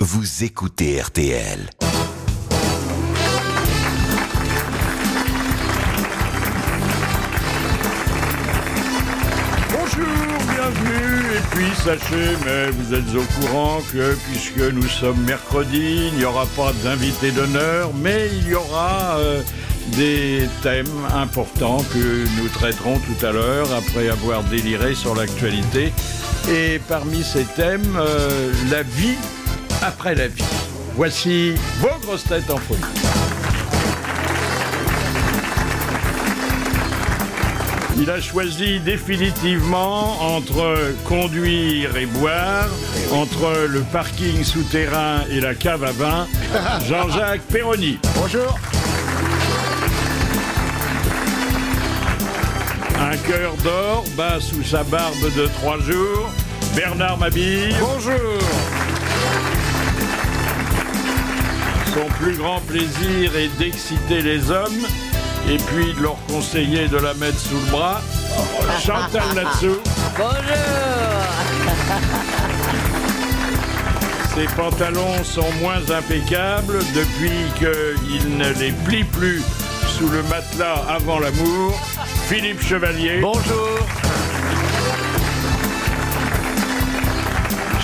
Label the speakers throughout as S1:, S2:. S1: Vous écoutez RTL.
S2: Bonjour, bienvenue. Et puis sachez, mais vous êtes au courant que puisque nous sommes mercredi, il n'y aura pas d'invité d'honneur, mais il y aura euh, des thèmes importants que nous traiterons tout à l'heure après avoir déliré sur l'actualité. Et parmi ces thèmes, euh, la vie après la vie. Voici vos grosses têtes en folie. Il a choisi définitivement entre conduire et boire, entre le parking souterrain et la cave à vin, Jean-Jacques Perroni. Bonjour. Un cœur d'or bat sous sa barbe de trois jours, Bernard Mabille. Bonjour. Son plus grand plaisir est d'exciter les hommes et puis de leur conseiller de la mettre sous le bras. Chantal là-dessous. Ses pantalons sont moins impeccables depuis qu'il ne les plie plus sous le matelas avant l'amour. Philippe Chevalier. Bonjour.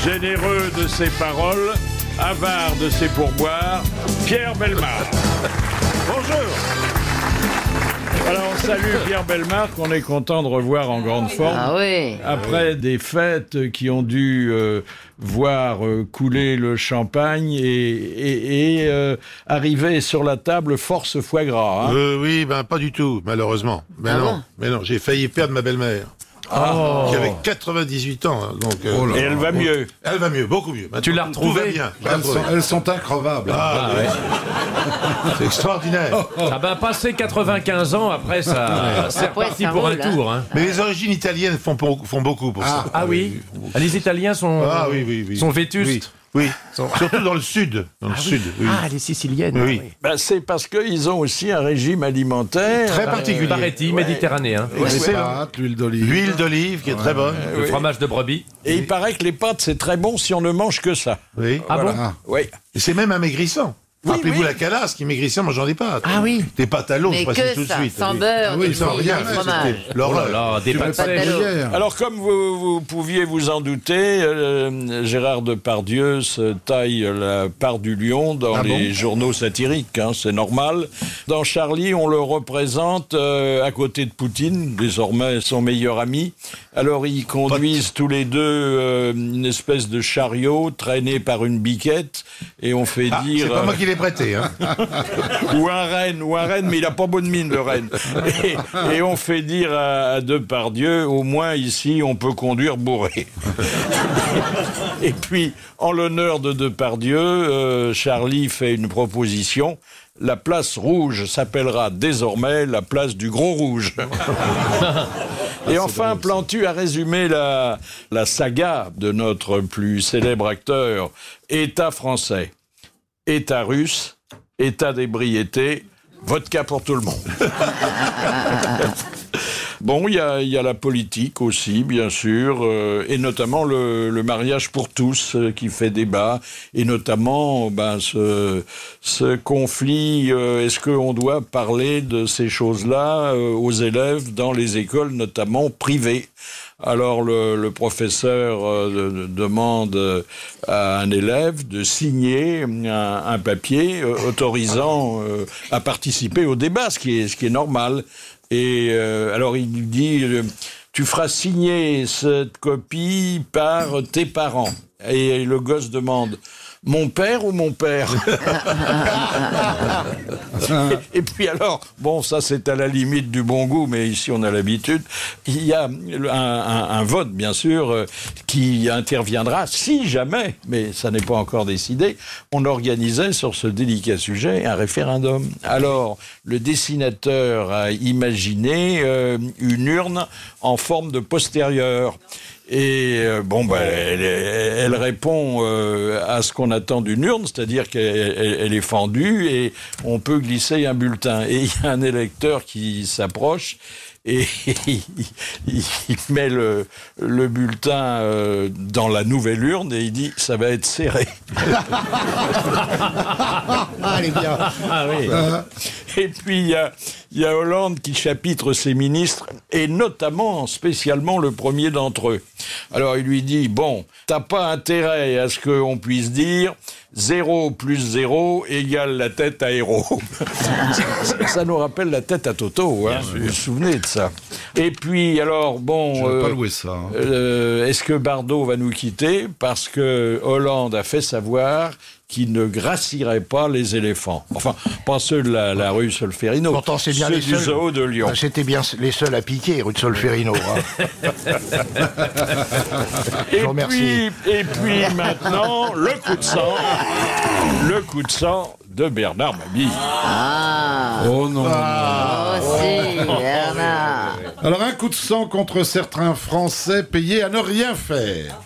S2: Généreux de ses paroles, avare de ses pourboires, Pierre Belmar. Bonjour. Alors on salue Pierre Belmar qu'on est content de revoir en grande forme.
S3: Ah oui.
S2: Après des fêtes qui ont dû euh, voir euh, couler le champagne et, et- et, euh, arriver sur la table force foie gras. hein.
S4: Euh, oui, ben pas du tout, malheureusement. Mais
S2: Ah
S4: non,
S2: bon
S4: mais non, j'ai failli perdre ma belle-mère.
S2: Ah.
S4: Qui
S5: Oh.
S4: avait 98 ans, hein, donc. euh,
S2: Oh là Et elle va
S4: bon,
S2: mieux.
S4: Elle va mieux, beaucoup mieux.
S6: Tu l'as
S4: Maintenant,
S6: retrouvée
S4: tout va bien. Je l'ai
S6: Elles
S4: retrouvée.
S6: sont- elles sont increvables.
S4: Ah,
S6: Ah,
S4: oui.
S6: C'est extraordinaire.
S5: Ah bah passer 95 ans après ça, c'est reparti pour un tour. Hein.
S4: Ah, Mais les origines italiennes font, pour- font beaucoup pour
S5: Ah,
S4: ça.
S5: ah oui. Les Italiens sont,
S4: Ah oui, oui, oui.
S5: sont vétustes.
S4: Oui. Surtout dans le sud. Dans
S2: Ah
S4: le sud. Oui.
S5: les Siciliennes.
S4: Oui.
S2: Ben, c'est parce qu'ils ont aussi un régime alimentaire Ah,
S5: Très particulier. Paraît-il, méditerranéen. Ouais, les
S2: Excellent.
S5: pâtes,
S4: l'huile d'olive. L'huile d'olive qui est très bonne.
S5: Le fromage de brebis.
S2: Et il paraît que les pâtes, c'est très bon si on ne mange que ça.
S4: Oui.
S5: Ah
S2: bon Oui.
S4: Et c'est même amaigrissant. Rappelez-vous la calasse qui maigrissait, moi j'en ai pas. Ah oui. Des pâtes à l'eau,
S3: Mais
S4: je précise
S3: que
S4: tout de
S3: ça,
S4: suite.
S3: sans
S4: oui.
S3: beurre,
S4: Ah oui,
S3: des
S4: sans
S3: fruits,
S4: rien.
S3: du fromage.
S4: c'était L'horreur.
S2: Oh
S5: là là, des Tu pâtes
S3: mets pas de sèches.
S2: Alors, comme vous, vous pouviez vous en douter, euh, Gérard Depardieu se taille la part du lion dans
S7: Ah
S2: les
S7: bon
S2: journaux satiriques, hein, c'est normal. Dans Charlie, on le représente euh, à côté de Poutine, désormais son meilleur ami. Alors, ils conduisent tous les deux euh, une espèce de chariot traîné par une biquette, et on fait
S4: Ah,
S2: dire...
S4: c'est pas moi
S2: euh,
S4: qui l'ai prêté. Hein.
S2: ou un reine, ou un reine, mais il a pas bonne mine, le reine. Et, et on fait dire à, à Depardieu, au moins ici, on peut conduire bourré. et puis, en l'honneur de Depardieu, euh, Charlie fait une proposition. La place rouge s'appellera désormais la place du gros rouge. Et enfin, Plantu a résumé la, la saga de notre plus célèbre acteur, État français. État russe, état d'ébriété, vodka pour tout le monde. bon, il y a, il y a la politique aussi, bien sûr, euh, et notamment le, le mariage pour tous euh, qui fait débat, et notamment ben, ce, ce conflit, euh, est-ce qu'on doit parler de ces choses-là euh, aux élèves dans les écoles, notamment privées alors le, le professeur euh, de- de- demande euh, à un élève de signer un, un papier euh, autorisant euh, à participer au débat, ce qui est, ce qui est normal. Et euh, alors il lui dit, euh, tu feras signer cette copie par tes parents. Et le gosse demande, mon père ou mon père et, et puis alors, bon, ça c'est à la limite du bon goût, mais ici on a l'habitude. Il y a le- un, un- un vote, bien sûr, euh, qui interviendra si jamais, mais ça n'est pas encore décidé. On organisait sur ce délicat sujet un référendum. Alors, le dessinateur a imaginé euh, une urne en forme de postérieur. Et euh, bon, bah, elle, elle répond euh, à ce qu'on attend d'une urne, c'est-à-dire qu'elle elle- elle est fendue et on peut glisser un bulletin. Et il y a un électeur qui s'approche et il, il- il met le, le bulletin euh, dans la nouvelle urne et il dit ça va être serré.
S3: Ah, elle est bien.
S5: Ah oui.
S2: Et puis il y a, il y a Hollande qui chapitre ses ministres, et notamment, spécialement, le premier d'entre eux. Alors il lui dit, bon, t'as pas intérêt à ce qu'on puisse dire 0 plus 0 égale la tête à héros. ça, ça nous rappelle la tête à Toto, hein, vous vous souvenez de ça. Et puis alors, bon...
S6: J'aurais
S2: euh,
S6: pas loué ça. hein.
S2: euh, Est-ce que Bardot va nous quitter parce que Hollande a fait savoir qu'il ne gracierait pas les éléphants Enfin, pas ceux de la, la rue Solferino,
S3: Pourtant, c'est bien
S2: ceux
S3: les
S2: du
S3: seuls.
S2: zoo de Lyon.
S3: Ah, C'était bien les seuls à piquer, rue de Solferino. hein.
S5: Ah,
S2: Et
S3: vous remercie.
S2: puis, et puis maintenant, le coup de sang, le coup de sang de Bernard Mabille.
S6: Oh non.
S7: Aussi, Bernard.
S6: Alors un coup de sang contre certains Français payés à ne rien faire.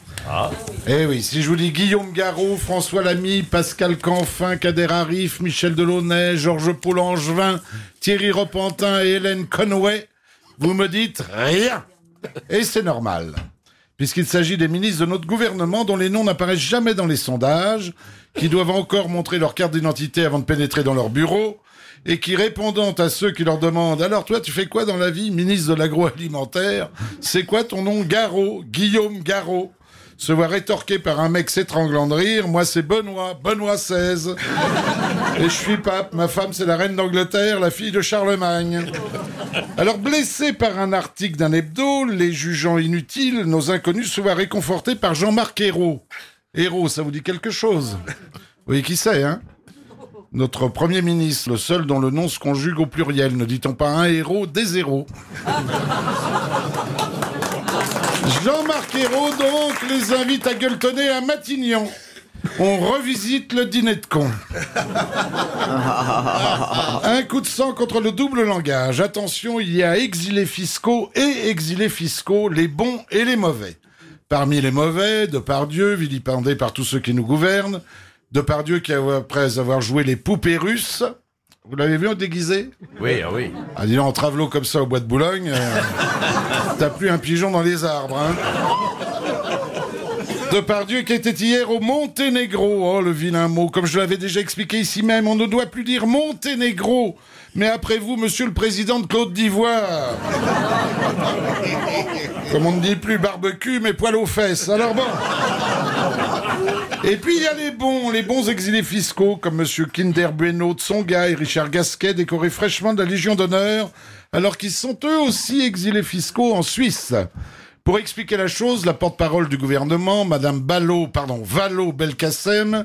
S6: Eh oui, si je vous dis Guillaume Garot, François Lamy, Pascal Canfin, Kader Arif, Michel Delaunay, Georges Paul Angevin, Thierry Repentin et Hélène Conway, vous me dites rien. Et c'est normal, puisqu'il s'agit des ministres de notre gouvernement dont les noms n'apparaissent jamais dans les sondages, qui doivent encore montrer leur carte d'identité avant de pénétrer dans leur bureau, et qui, répondant à ceux qui leur demandent « Alors toi, tu fais quoi dans la vie, ministre de l'agroalimentaire C'est quoi ton nom Garot, Guillaume Garot ?» se voit rétorquer par un mec s'étranglant de rire, moi c'est Benoît, Benoît XVI. Et je suis pape, ma femme c'est la reine d'Angleterre, la fille de Charlemagne. Alors blessés par un article d'un hebdo, les jugeant inutiles, nos inconnus se voient réconfortés par Jean-Marc Hérault. Hérault, ça vous dit quelque chose Oui, qui c'est, hein Notre Premier ministre, le seul dont le nom se conjugue au pluriel, ne dit-on pas un héros, des héros Jean-Marc Hérault, donc, les invite à gueuletonner à Matignon. On revisite le dîner de con. Un coup de sang contre le double langage. Attention, il y a exilés fiscaux et exilés fiscaux, les bons et les mauvais. Parmi les mauvais, Depardieu, vilipendé par tous ceux qui nous gouvernent, Depardieu qui, après avoir joué les poupées russes, vous l'avez vu en déguisé
S5: Oui, ah oui.
S6: ah, dis donc, en travelot comme ça au bois de Boulogne, euh, t'as plus un pigeon dans les arbres, hein. Depardieu qui était hier au Monténégro. Oh, le vilain mot. Comme je l'avais déjà expliqué ici même, on ne doit plus dire Monténégro. Mais après vous, monsieur le président de Côte d'Ivoire. Comme on ne dit plus barbecue, mais poil aux fesses. Alors bon. Et puis il y a les bons, les bons exilés fiscaux comme Monsieur Kinder Bueno de Tsonga et Richard Gasquet décorés fraîchement de la Légion d'honneur, alors qu'ils sont eux aussi exilés fiscaux en Suisse. Pour expliquer la chose, la porte-parole du gouvernement, Madame Ballot, pardon, Valo Belkacem,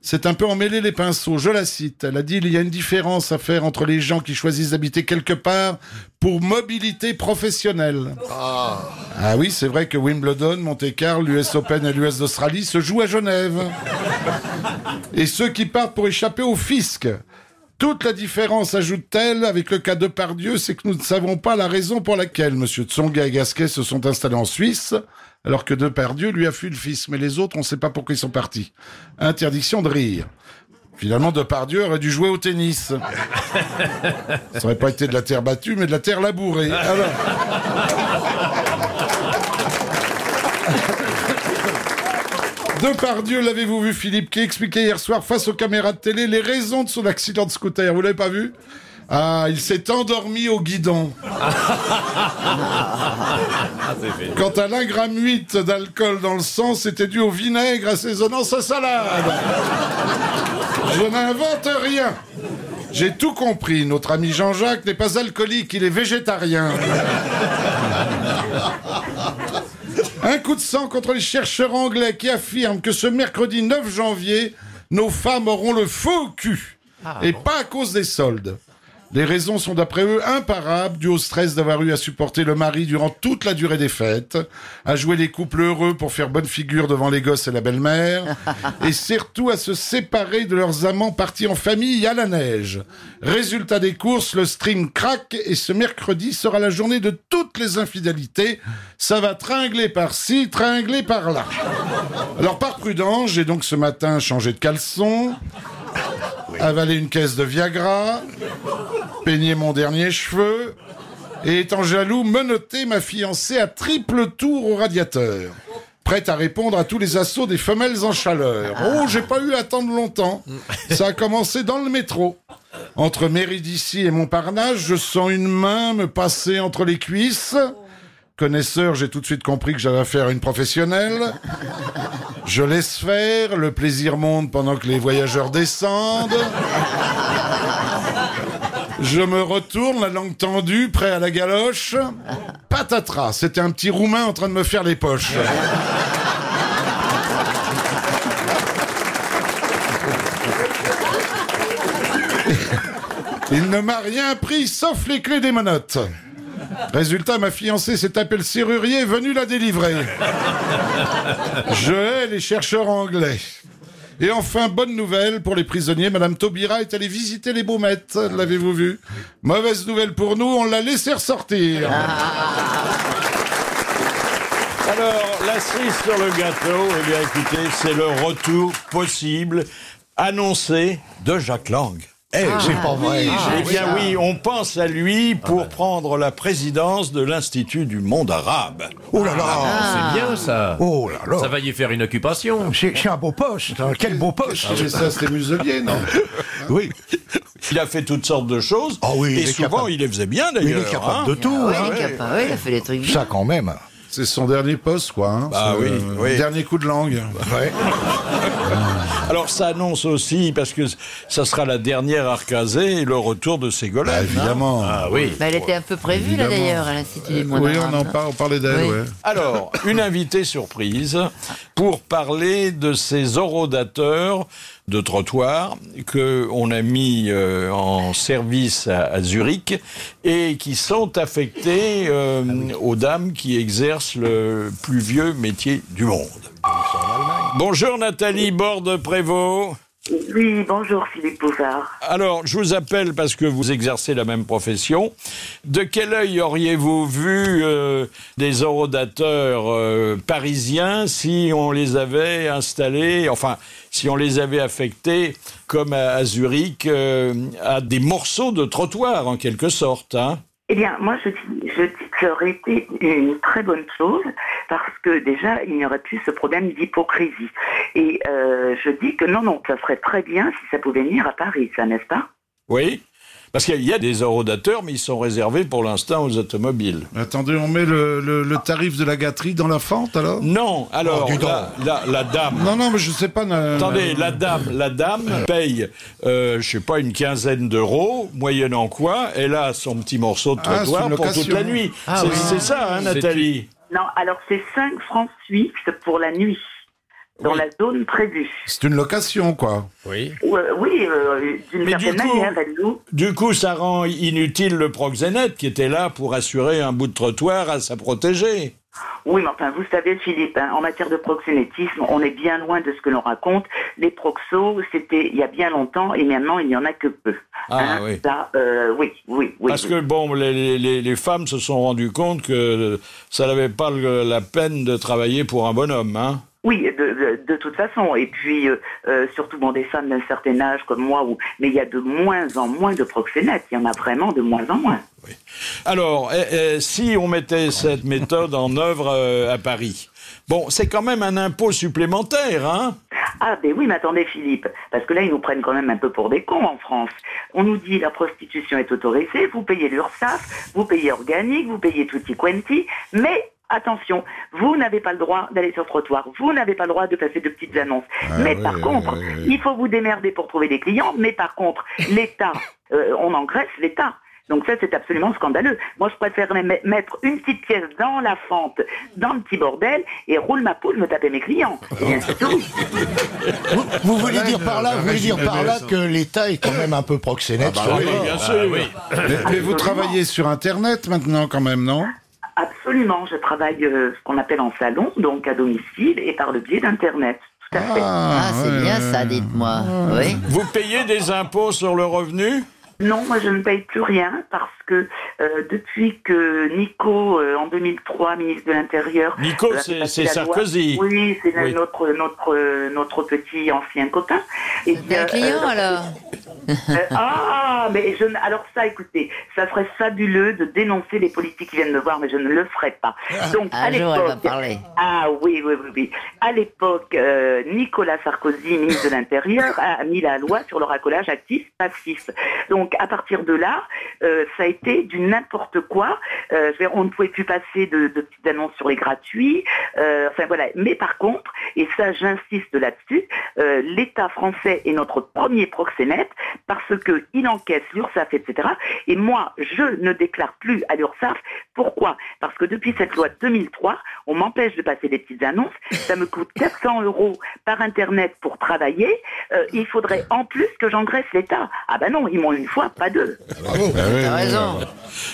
S6: s'est un peu emmêlé les pinceaux. Je la cite. Elle a dit il y a une différence à faire entre les gens qui choisissent d'habiter quelque part pour mobilité professionnelle. Ah oui, c'est vrai que Wimbledon, Monte-Carlo, l'US Open et l'US d'Australie se jouent à Genève. Et ceux qui partent pour échapper au fisc. Toute la différence, ajoute-t-elle, avec le cas de Pardieu, c'est que nous ne savons pas la raison pour laquelle M. Tsonga et Gasquet se sont installés en Suisse, alors que Depardieu lui a fui le fisc. Mais les autres, on ne sait pas pourquoi ils sont partis. Interdiction de rire. Finalement, Depardieu aurait dû jouer au tennis. Ça n'aurait pas été de la terre battue, mais de la terre labourée. Ah Alors... Depardieu, l'avez-vous vu, Philippe, qui expliquait hier soir face aux caméras de télé les raisons de son accident de scooter. Vous l'avez pas vu Ah, il s'est endormi au guidon. Quant à l'ingramme 8 d'alcool dans le sang, c'était dû au vinaigre assaisonnant sa salade. Je n'invente rien. J'ai tout compris. Notre ami Jean-Jacques n'est pas alcoolique, il est végétarien. Un coup de sang contre les chercheurs anglais qui affirment que ce mercredi 9 janvier, nos femmes auront le faux cul. et pas à cause des soldes. Les raisons sont d'après eux imparables, dues au stress d'avoir eu à supporter le mari durant toute la durée des fêtes, à jouer les couples heureux pour faire bonne figure devant les gosses et la belle-mère, et surtout à se séparer de leurs amants partis en famille à la neige. Résultat des courses, le stream craque et ce mercredi sera la journée de toutes les infidélités. Ça va tringler par-ci, tringler par-là. Alors par prudence, j'ai donc ce matin changé de caleçon, avalé une caisse de Viagra, peigné mon dernier cheveu et étant jaloux, menotté ma fiancée à triple tour au radiateur. Prête à répondre à tous les assauts des femelles en chaleur. Oh, j'ai pas eu à attendre longtemps. Ça a commencé dans le métro. Entre Méridissi et Montparnasse, je sens une main me passer entre les cuisses. Connaisseur, j'ai tout de suite compris que j'avais affaire à une professionnelle. Je laisse faire, le plaisir monte pendant que les voyageurs descendent. Je me retourne, la langue tendue, prêt à la galoche. Patatras, c'était un petit roumain en train de me faire les poches. Il ne m'a rien pris sauf les clés des menottes. Résultat, ma fiancée s'est tapé le serrurier venu la délivrer. Je hais les chercheurs anglais. Et enfin, bonne nouvelle pour les prisonniers. Madame Taubira est allée visiter les baumettes. L'avez-vous vu Mauvaise nouvelle pour nous, on l'a laissé ressortir.
S2: Alors, la cerise sur le gâteau, eh bien écoutez, c'est le retour possible, annoncé de Jacques Lang.
S3: Eh,
S6: Ah.
S3: c'est pas vrai.
S2: eh bien oui, on pense à lui pour prendre la présidence de l'Institut du monde arabe.
S3: Oh là là
S5: Ah, C'est bien ça.
S3: Oh là là
S5: Ça va y faire une occupation.
S3: C'est c'est un beau poste, hein. quel beau poste
S6: Mais Oh, Ah ça, c'était muselier, non
S3: Oui,
S2: Il a fait toutes sortes de choses.
S3: Ah oui, il
S2: et
S3: est
S2: souvent,
S3: capable.
S2: il les faisait bien
S3: il
S2: d'ailleurs.
S3: est capable
S2: hein.
S3: de tout.
S7: Oui,
S3: hein.
S7: il est capable. Oui, il a fait des trucs bien.
S3: Ça quand même.
S6: C'est son dernier poste, quoi. hein.
S2: Bah
S6: C'est,
S2: oui, oui.
S6: Dernier coup de langue.
S3: Ouais.
S2: Alors ça annonce aussi, parce que ça sera la dernière arcasée, et le retour de Ségolène.
S6: Bah,
S2: hein.
S6: évidemment.
S5: Ah oui.
S7: Bah, elle était un peu prévue, là, d'ailleurs, à l'Institut du Monde
S6: oui,
S7: Arabe,
S6: on en
S7: hein.
S6: parle, on parlait d'elle,
S7: Oui.
S6: ouais.
S2: Alors, une invitée surprise pour parler de ces orodateurs de trottoir que on a mis euh, en service à, à Zurich et qui sont affectés
S6: Ah
S2: euh, aux dames qui exercent le plus vieux métier du monde. Bonjour Nathalie Borde-Prévost.
S8: Oui, bonjour Philippe Bouvard.
S2: Alors, je vous appelle parce que vous exercez la même profession. De quel œil auriez-vous vu euh, des orodateurs euh, parisiens si on les avait installés, enfin, si on les avait affectés, comme à, à Zurich, euh, à des morceaux de trottoir, en quelque sorte hein
S8: Eh bien, moi, je, dis- je dis que ça aurait été une très bonne chose parce que déjà, il n'y aurait plus ce problème d'hypocrisie. Et euh, je dis que non, non, ça serait très bien si ça pouvait venir à Paris, ça, n'est-ce pas
S2: Oui Parce qu'il y a des orodateurs, mais ils sont réservés pour l'instant aux automobiles.
S6: Attendez, on met le, le- le tarif de la gâterie dans la fente, alors Oh,
S2: Non, alors,
S3: dis donc.
S2: la, la- la dame...
S6: Non, non, mais je sais pas. na-
S2: Attendez, la dame, la dame paye, euh, je sais pas, une quinzaine d'euros, moyennant quoi, elle a son petit morceau de
S6: Ah,
S2: trottoir
S6: c'est une
S2: pour toute
S6: location.
S2: la
S6: Ah
S2: nuit. c'est c'est ça, hein,
S5: C'est-
S2: Nathalie
S8: Non, alors c'est 5 francs suisses pour la nuit, dans
S2: Oui.
S8: la zone prévue.
S6: C'est une location, quoi.
S5: Oui.
S8: Ou, euh, oui, euh, d'une
S2: Mais
S8: certaine
S2: du coup-
S8: manière, elle nous.
S2: Du coup, ça rend inutile le proxénète qui était là pour assurer un bout de trottoir à sa protégée.
S8: Oui, mais enfin, vous savez, Philippe, hein, en matière de proxénétisme, on est bien loin de ce que l'on raconte. Les proxos, c'était il y a bien longtemps, et maintenant, il n'y en a que peu. Hein,
S2: Ah, oui.
S8: ça, euh, oui, oui, oui.
S2: Parce
S8: oui.
S2: que, bon, les, les- les femmes se sont rendues compte que ça n'avait pas le- la peine de travailler pour un bonhomme, hein
S8: Oui, de, de- de toute façon. Et puis, euh, euh, surtout, bon, des femmes d'un certain âge comme moi, où... mais il y a de moins en moins de proxénètes. Il y en a vraiment de moins en moins.
S2: Alors, eh, eh, si on mettait cette méthode en œuvre euh, à Paris, bon, c'est quand même un impôt supplémentaire, hein
S8: Ah, ben oui, mais attendez, Philippe, parce que là, ils nous prennent quand même un peu pour des cons en France. On nous dit la prostitution est autorisée, vous payez l'URSSAF, vous payez organique, vous payez tutti quanti, mais attention, vous n'avez pas le droit d'aller sur le trottoir, vous n'avez pas le droit de passer de petites annonces. mais
S6: oui,
S8: par
S6: oui,
S8: contre,
S6: oui, oui.
S8: il faut vous démerder pour trouver des clients, mais par contre, l'État, euh, on engraisse l'État. Donc ça, c'est absolument scandaleux. Moi, je préfère même mettre une petite pièce dans la fente, dans le petit bordel, et roule ma poule, me taper mes clients. Et bien, c'est tout.
S9: Vous, vous voulez dire par là, vous voulez dire par là que l'État est quand même un peu proxénète. sur-
S2: Ah bah oui, bien sûr.
S6: Mais, mais vous travaillez sur Internet maintenant quand même, non
S8: Absolument, je travaille euh, ce qu'on appelle en salon, donc à domicile, et par le biais d'Internet. Tout à fait.
S7: Ah, c'est
S6: ouais,
S7: bien
S6: ouais,
S7: ça, dites-moi. Oui.
S2: Vous payez des impôts sur le revenu
S8: Non, moi je ne paye plus rien parce que euh, depuis que Nico, euh, en 2003, ministre de l'Intérieur...
S2: Nico,
S8: euh, a
S2: c'est-
S8: fait passer
S2: c'est
S8: la loi-
S2: Sarkozy.
S8: Oui, c'est
S2: Oui.
S8: notre, notre, euh, notre petit ancien copain. Et
S7: T'es un
S8: bien,
S7: client
S8: euh,
S7: alors
S8: euh, ah, mais je, ne- alors ça, écoutez, ça serait fabuleux de dénoncer les politiques qui viennent me voir, mais je ne le ferai pas. Donc, à
S7: Ah, Un jour, elle va
S8: l'époque,
S7: parler.
S8: ah oui, oui, oui, oui. À l'époque, euh, Nicolas Sarkozy, ministre de l'Intérieur, a mis la loi sur le racolage actif-passif. Donc à partir de là, euh, ça a été du n'importe quoi. Euh, je veux dire, on ne pouvait plus passer de, de petites annonces sur les gratuits. Euh, enfin voilà. Mais par contre, et ça j'insiste là-dessus, euh, l'État français est notre premier proxénète parce qu'il encaisse l'URSSAF, etc. Et moi, je ne déclare plus à l'URSSAF. Pourquoi Parce que depuis cette loi de 2003, on m'empêche de passer des petites annonces. Ça me coûte 400 euros par Internet pour travailler. Euh, il faudrait en plus que j'engraisse l'État. Ah ben non, ils m'ont une fois, pas deux.
S9: Ah
S6: Ah
S7: T'as raison.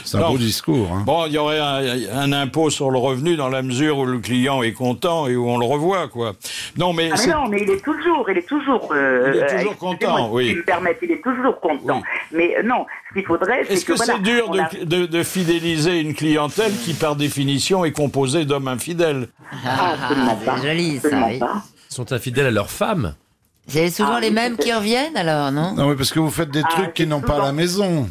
S6: C'est un
S2: Non.
S6: beau discours. hein.
S2: Bon, il y aurait un, un impôt sur le revenu dans la mesure où le client est content et où on le revoit, quoi. Non, mais
S8: Ah mais
S2: c'est...
S8: non, mais il est toujours, il est toujours... euh,
S2: Il est
S8: euh,
S2: toujours
S8: excusez-moi,
S2: content,
S8: si
S2: oui.
S8: ils me permettent, il est toujours content. Mais euh, non, ce qu'il faudrait, c'est
S2: Est-ce que,
S8: voilà,
S2: c'est dur
S8: on
S2: de,
S8: a-
S2: de- de fidéliser une clientèle qui, par définition, est composée d'hommes infidèles
S7: Ah,
S8: absolument pas.
S7: c'est joli ça,
S8: Absolument
S7: oui.
S8: pas.
S5: Ils sont infidèles à leur femme.
S7: C'est souvent
S8: Ah,
S7: les
S8: oui,
S7: mêmes
S8: c'est-
S7: qui reviennent alors, non
S6: Non, mais parce que vous faites des
S8: Ah,
S6: trucs qui
S8: c'est
S6: n'ont pas à la
S8: souvent.
S6: maison.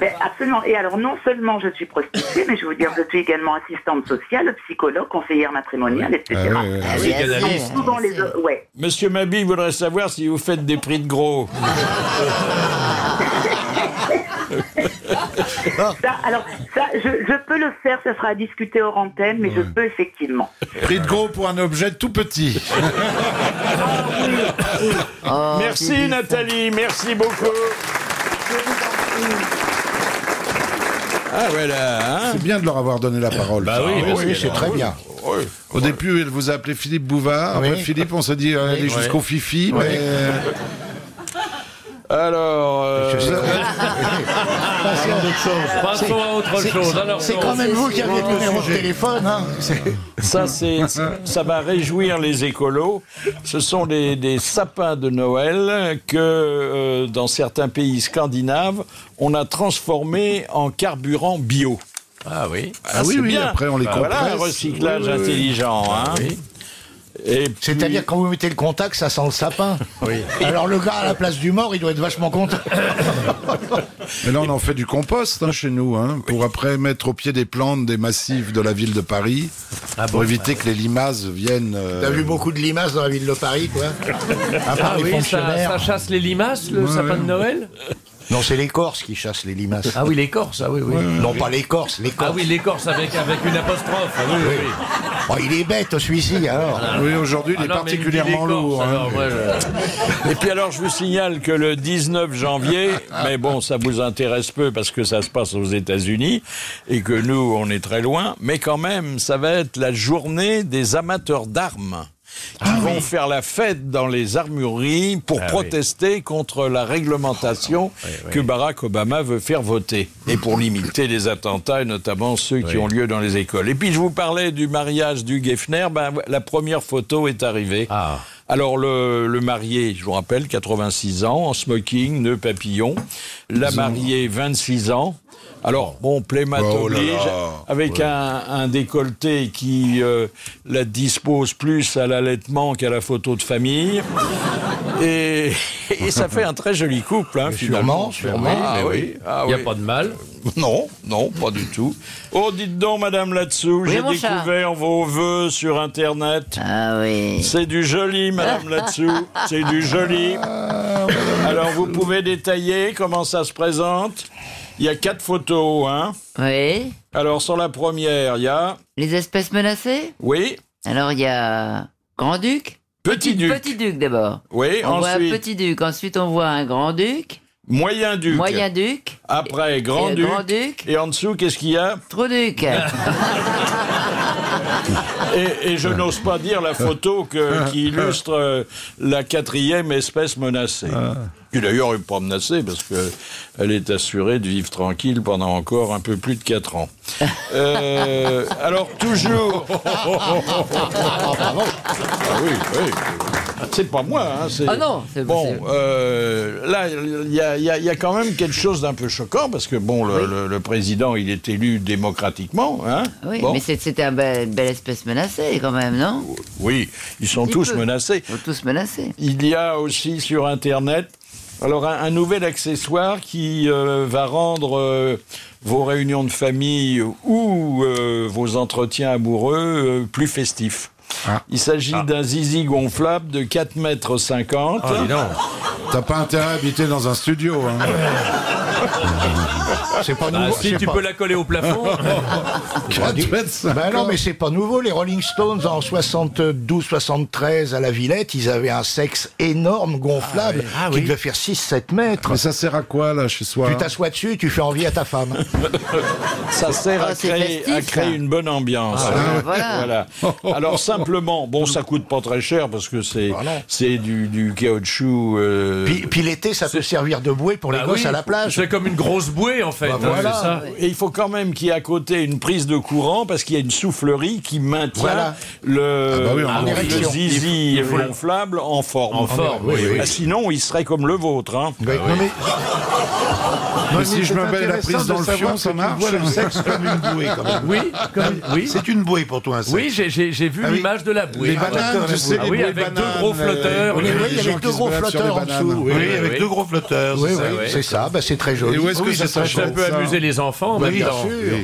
S8: Ben, absolument. Et alors, non seulement je suis prostituée, mais je veux dire, je suis également assistante sociale, psychologue, conseillère matrimoniale, etc.
S6: Ah ouais, ouais.
S7: Ah, bien sûr,
S5: psychanalyste.
S7: bien
S8: Souvent les
S7: sûr.
S8: autres, ouais.
S2: Monsieur Mabi voudrait savoir si vous faites des prix de gros.
S8: Ça, alors, ça, je, je peux le faire, ça sera à discuter hors antenne, mais je peux effectivement. Ah,
S6: Prix de gros pour un objet tout petit.
S2: Ah,
S7: Oh, tu dis
S2: merci
S7: ça.
S2: Nathalie, merci beaucoup. Ah ouais là, hein Bah
S6: C'est bien de leur avoir donné la parole. ça.
S5: oui,
S9: Ah Oui, oui, c'est
S2: Ah
S9: très bien.
S6: Au début, elle vous a appelé Philippe Bouvard. Après,
S9: Oui.
S6: Philippe, on s'est dit, euh, allez jusqu'au Fifi. Mais euh,
S2: Alors, euh,
S9: Passez à d'autres choses.
S5: Passons à autre
S9: C'est-
S5: chose.
S9: c'est-
S5: Alors,
S9: C'est quand même vous qui avez le numéro de téléphone. Hein. C'est-
S2: ça c'est, ça va réjouir les écolos. Ce sont des, des sapins de Noël que euh, dans certains pays scandinaves, on a transformé en carburant bio.
S5: Ah oui.
S2: Ah,
S6: oui,
S2: c'est
S6: oui,
S2: bien.
S6: après, on les
S2: Voilà un
S6: compresse.
S2: recyclage
S6: Oui, Ah oui, oui.
S2: intelligent. hein. Et puis-
S9: C'est-à-dire quand vous mettez le contact, ça sent le sapin. Alors le gars à la place du mort, il doit être vachement content.
S5: Euh.
S6: mais là, on en fait du compost hein, chez nous, hein, pour après mettre au pied des plantes des massifs de la ville de Paris, pour éviter que les limaces viennent. euh,
S9: T'as vu beaucoup de limaces dans la ville de Paris, quoi. À part
S5: Ah
S9: les
S5: oui, ça,
S9: fonctionnaires.
S5: ça chasse les limaces, le sapin de Noël
S9: Non, c'est les Corses qui chassent les limaces.
S5: Ah oui, les Corses, ah oui, oui.
S9: Non, pas les Corses, les Corses.
S5: Ah oui, les Corses avec, avec une apostrophe. Ah oui, oui. oui.
S9: Oh, il est bête, celui-ci, alors.
S6: Oui, aujourd'hui, il
S5: Ah
S6: est
S5: non, mais il me dit les
S6: particulièrement
S5: Corses,
S6: lourd. hein.
S5: alors, moi, je-
S2: Et puis alors, je vous signale que le 19 janvier, mais bon, ça vous intéresse peu parce que ça se passe aux États-Unis et que nous, on est très loin, mais quand même, ça va être la journée des amateurs d'armes. qui vont faire la fête dans les armureries pour protester contre la réglementation que Barack Obama veut faire voter et pour limiter les attentats et notamment ceux qui ont lieu dans les écoles. Et puis je vous parlais du mariage du Geffner, ben, la première photo est arrivée.
S5: Ah.
S2: Alors le, le marié, je vous rappelle, 86 ans, en smoking, nœud papillon. La mariée, 26 ans. Alors bon, plémate
S6: Oh là
S2: oblige,
S6: là.
S2: avec un, un décolleté qui euh, la dispose plus à l'allaitement qu'à la photo de famille. Et, et ça fait un très joli couple, hein, finalement.
S9: sûrement, sûrement.
S2: Ah oui, ah
S5: Il n'y a
S2: oui.
S5: pas de mal.
S2: Non, non, pas du tout. Oh, dites donc, Madame Latsou, j'ai
S7: mon chat.
S2: découvert vos vœux sur Internet.
S7: Ah oui.
S2: C'est du joli, Madame Latsou. C'est du joli. Alors, vous pouvez détailler comment ça se présente. Il y a quatre photos, hein.
S7: Oui.
S2: Alors, sur la première, il y a,
S7: Les espèces menacées
S2: oui,
S7: Alors il y a Grand-Duc
S2: Petit Duc.
S7: Petit Duc d'abord.
S2: Oui,
S7: On voit un
S2: ensuite,
S7: petit duc, ensuite on voit un grand duc,
S2: Moyen-duc.
S7: Moyen-duc,
S2: Après, grand-duc.
S7: Grand-duc.
S2: Et en dessous, qu'est-ce qu'il y a
S7: Trop-duc.
S2: Et, et je n'ose pas dire la photo que- qui illustre euh, la quatrième espèce menacée. Qui d'ailleurs n'est pas menacée parce qu'elle est assurée de vivre tranquille pendant encore un peu plus de 4 ans. Euh, alors toujours... Ah oui, oui. C'est pas moi, hein, c'est-
S7: Ah non, c'est-
S2: bon.
S7: c'est-
S2: euh, là, il y a, il y a- il y a quand même quelque chose d'un peu choquant parce que bon, le, le- le président, il est élu démocratiquement, hein.
S7: Oui,
S2: Bon.
S7: mais c'est- c'était un bel- une belle espèce menacée quand même, non
S2: Oui, ils sont
S7: petit
S2: tous
S7: peu.
S2: menacés.
S7: Ils sont tous menacés.
S2: Il y a aussi sur Internet, alors un, un nouvel accessoire qui euh, va rendre euh, vos réunions de famille ou euh, vos entretiens amoureux euh, plus festifs. Il s'agit d'un zizi gonflable de 4,50 mètres.
S6: T'as pas intérêt à habiter dans un studio. Hein.
S9: C'est pas
S5: Ah,
S9: nouveau.
S5: si
S9: c'est
S5: tu
S9: pas-
S5: peux la coller au plafond.
S6: Quatre mètres cinq.
S9: Ben non, mais c'est pas nouveau. Les Rolling Stones, en 72-73, à la Villette, ils avaient un sexe énorme, gonflable, qui devait faire 6-7 mètres.
S6: Ah, Mais ça sert à quoi là chez soi
S9: Tu t'assois dessus, tu fais envie à ta femme.
S2: Ça sert à
S7: Ah, c'est
S2: créer,
S7: festif,
S2: à créer
S7: ça.
S2: une bonne ambiance.
S7: Ah, voilà.
S2: Voilà. Alors simplement, bon, ça coûte pas très cher parce que c'est c'est du, du caoutchouc. euh,
S9: Puis, puis l'été, ça peut servir de bouée pour les
S2: Bah
S5: Ah
S9: gosses
S5: oui,
S9: à la plage.
S5: C'est comme une grosse bouée en fait.
S9: Bah
S5: hein,
S9: voilà.
S5: c'est ça.
S2: Et il faut quand même qu'il y ait à côté une prise de courant parce qu'il y a une soufflerie qui maintient
S9: Voilà. Ah
S2: le,
S6: bah oui, en
S2: le
S9: érection.
S2: zizi gonflable en forme.
S5: En forme, oui, oui. Ah
S2: Ah, Sinon, il serait comme le vôtre. hein.
S9: Ouais, non, mais-
S6: Mais si
S4: c'est
S6: je me mets la
S4: intéressant
S6: prise dans
S4: de
S6: le
S4: savoir
S6: fion,
S4: que
S6: ça
S4: tu
S6: marche. hein.
S4: vois le sexe comme une bouée, quand même.
S5: Oui, comme- oui.
S4: Ah, C'est une bouée pour toi, un sexe.
S5: Oui, j'ai- j'ai j'ai vu
S4: Ah oui.
S5: l'image de la bouée.
S6: Les bananes, tu sais,
S5: Ah
S6: les
S5: oui,
S6: bouées
S5: avec deux
S6: bananes,
S5: gros
S6: euh,
S5: flotteurs.
S6: oui,
S9: Oui,
S6: les
S9: il y avait
S6: gens qui
S9: deux
S6: se
S9: gros
S6: baladent sur
S9: flotteurs
S6: les
S9: en
S6: bananes.
S9: dessous. Oui,
S4: Oui,
S9: oui,
S4: avec
S5: oui.
S4: deux gros flotteurs.
S9: oui,
S4: c'est ça.
S9: oui, c'est ça. Bah, c'est très joli.
S6: Et où est-ce que
S9: Oui,
S6: ça
S9: c'est très
S6: s'achète
S5: Ça
S9: joli.
S5: peut
S6: ça.
S5: amuser les enfants en
S9: Bah,
S5: même
S9: bien
S5: temps.
S9: sûr.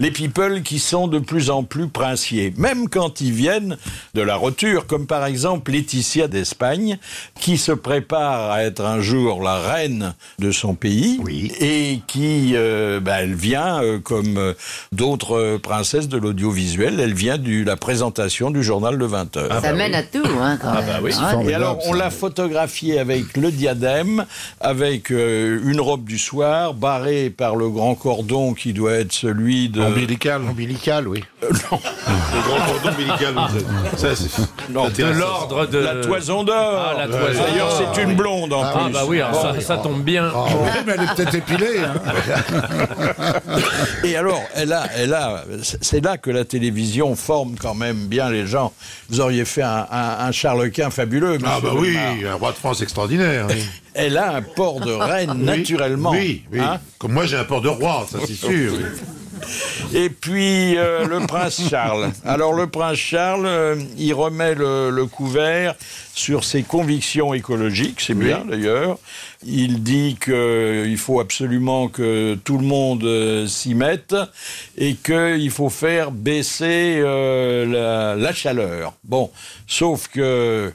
S2: Les people qui sont de plus en plus princiers, même quand ils viennent de la roture, comme par exemple Laetitia d'Espagne, qui se prépare à être un jour la reine de son pays,
S9: Oui.
S2: et qui, euh, bah, elle vient, euh, comme euh, d'autres euh, princesses de l'audiovisuel, elle vient de la présentation du journal de 20
S9: Ah
S2: heures.
S9: bah
S7: ça mène à tout, hein, quand
S2: bah
S7: même.
S5: oui,
S7: Ah,
S2: Et alors, on l'a photographiée avec le diadème, avec euh, une robe du soir, barrée par le grand cordon qui doit être celui de... Euh,
S6: Ombilical.
S9: Ombilical, oui.
S4: Le grand cordon ombilical. vous- Ça, c'est.
S2: Non,
S5: De l'ordre de.
S2: La toison
S5: Ah,
S2: d'or.
S5: la toison
S2: D'ailleurs,
S5: d'or,
S2: c'est une
S5: oui.
S2: blonde en
S5: Ah
S2: plus.
S5: bah oui, alors
S2: Bon.
S5: ça, ça tombe bien.
S6: Ouais, Ah, mais elle est peut-être épilée. Hein.
S2: Et alors, elle a, elle a, c'est là que la télévision forme quand même bien les gens. Vous auriez fait un, un, un Charlequin fabuleux.
S4: Ah,
S2: monsieur
S4: bah oui,
S2: Bellemare.
S4: un roi de France extraordinaire. oui.
S2: Elle a un port de reine naturellement.
S4: Oui, oui.
S2: hein.
S4: Comme moi, j'ai un port de roi, ça, c'est sûr. oui.
S2: Et puis euh, le prince Charles. Alors le prince Charles, euh, il remet le, le couvert sur ses convictions écologiques, c'est bien d'ailleurs. Il dit qu'il faut absolument que tout le monde euh, s'y mette et qu'il faut faire baisser euh, la, la chaleur. Bon, sauf que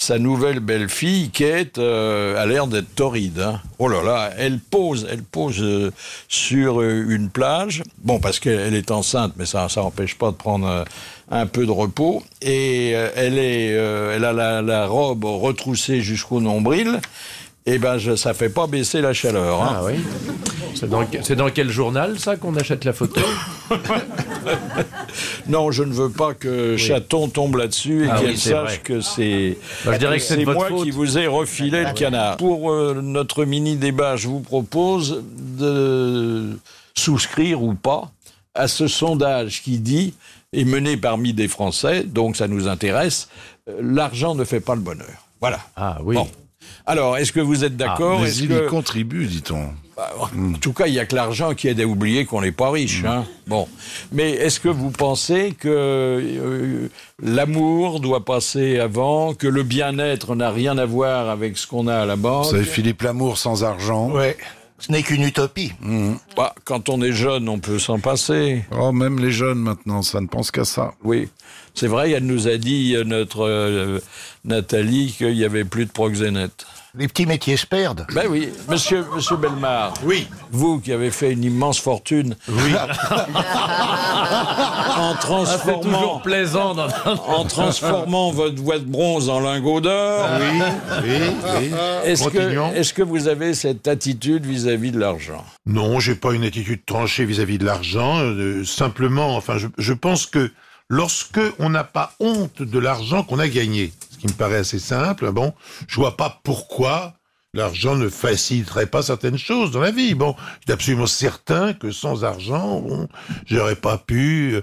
S2: sa nouvelle belle-fille, Kate, euh, a l'air d'être torride. hein. Oh là là, elle pose, elle pose euh, sur euh, une plage. Bon, parce qu'elle elle est enceinte, mais ça, ça n'empêche pas de prendre euh, un peu de repos. Et euh, elle est, euh, elle a la, la robe retroussée jusqu'au nombril. Eh ben, je- ça fait pas baisser la chaleur. hein.
S5: Ah oui. C'est dans, que- c'est dans quel journal ça qu'on achète la photo
S2: Non, je ne veux pas que Chaton tombe là-dessus et
S5: Ah
S2: qu'elle
S5: oui, c'est
S2: sache
S5: vrai.
S2: que c'est
S5: Bah, je dirais que c'est de
S2: c'est
S5: votre
S2: moi
S5: faute.
S2: qui vous ai refilé le canard. Pour euh, notre mini débat, je vous propose de souscrire ou pas à ce sondage qui dit est mené parmi des Français, donc ça nous intéresse. euh, L'argent ne fait pas le bonheur. Voilà.
S5: Ah oui. Ah,
S2: Bon. Alors, est-ce que vous êtes d'accord
S6: Mais
S2: Est-ce
S6: il
S2: que-
S6: y contribue, dit-on.
S2: Bah, en tout cas, il n'y a que l'argent qui aide à oublier qu'on n'est pas
S6: Mm.
S2: riche. hein. Bon. Mais est-ce que vous pensez que euh, l'amour doit passer avant, que le bien-être n'a rien à voir avec ce qu'on a à la
S4: Oh,
S2: banque
S6: Vous savez, Philippe Lamour sans argent. Mmh.
S9: Ouais. Ce n'est qu'une utopie.
S2: Bah, Quand on est jeune, on peut s'en passer.
S6: Oh, même les jeunes maintenant, ça ne pense qu'à ça.
S2: Oui. C'est vrai, elle nous a dit, euh, notre euh, Nathalie, qu'il n'y avait plus de proxénètes.
S9: Les petits métiers se perdent.
S2: Ben oui, monsieur, monsieur Belmar. Oui. Vous qui avez fait une immense fortune. en
S5: Ah, c'est toujours
S2: transformant.
S5: plaisant. dans-
S2: En transformant votre voix de bronze en lingot d'or,
S4: Oui, oui, oui.
S2: est-ce
S4: Continuons. Bah,
S2: que, est-ce que vous avez cette attitude vis-à-vis de l'argent
S4: Non, j'ai pas une attitude tranchée vis-à-vis de l'argent. euh, simplement, enfin, je, je pense que lorsque on n'a pas honte de l'argent qu'on a gagné, ce qui me paraît assez simple, hein, bon, je vois pas pourquoi l'argent ne faciliterait pas certaines choses dans la vie. Bon, je suis absolument certain que sans argent, bon, j'aurais pas pu euh,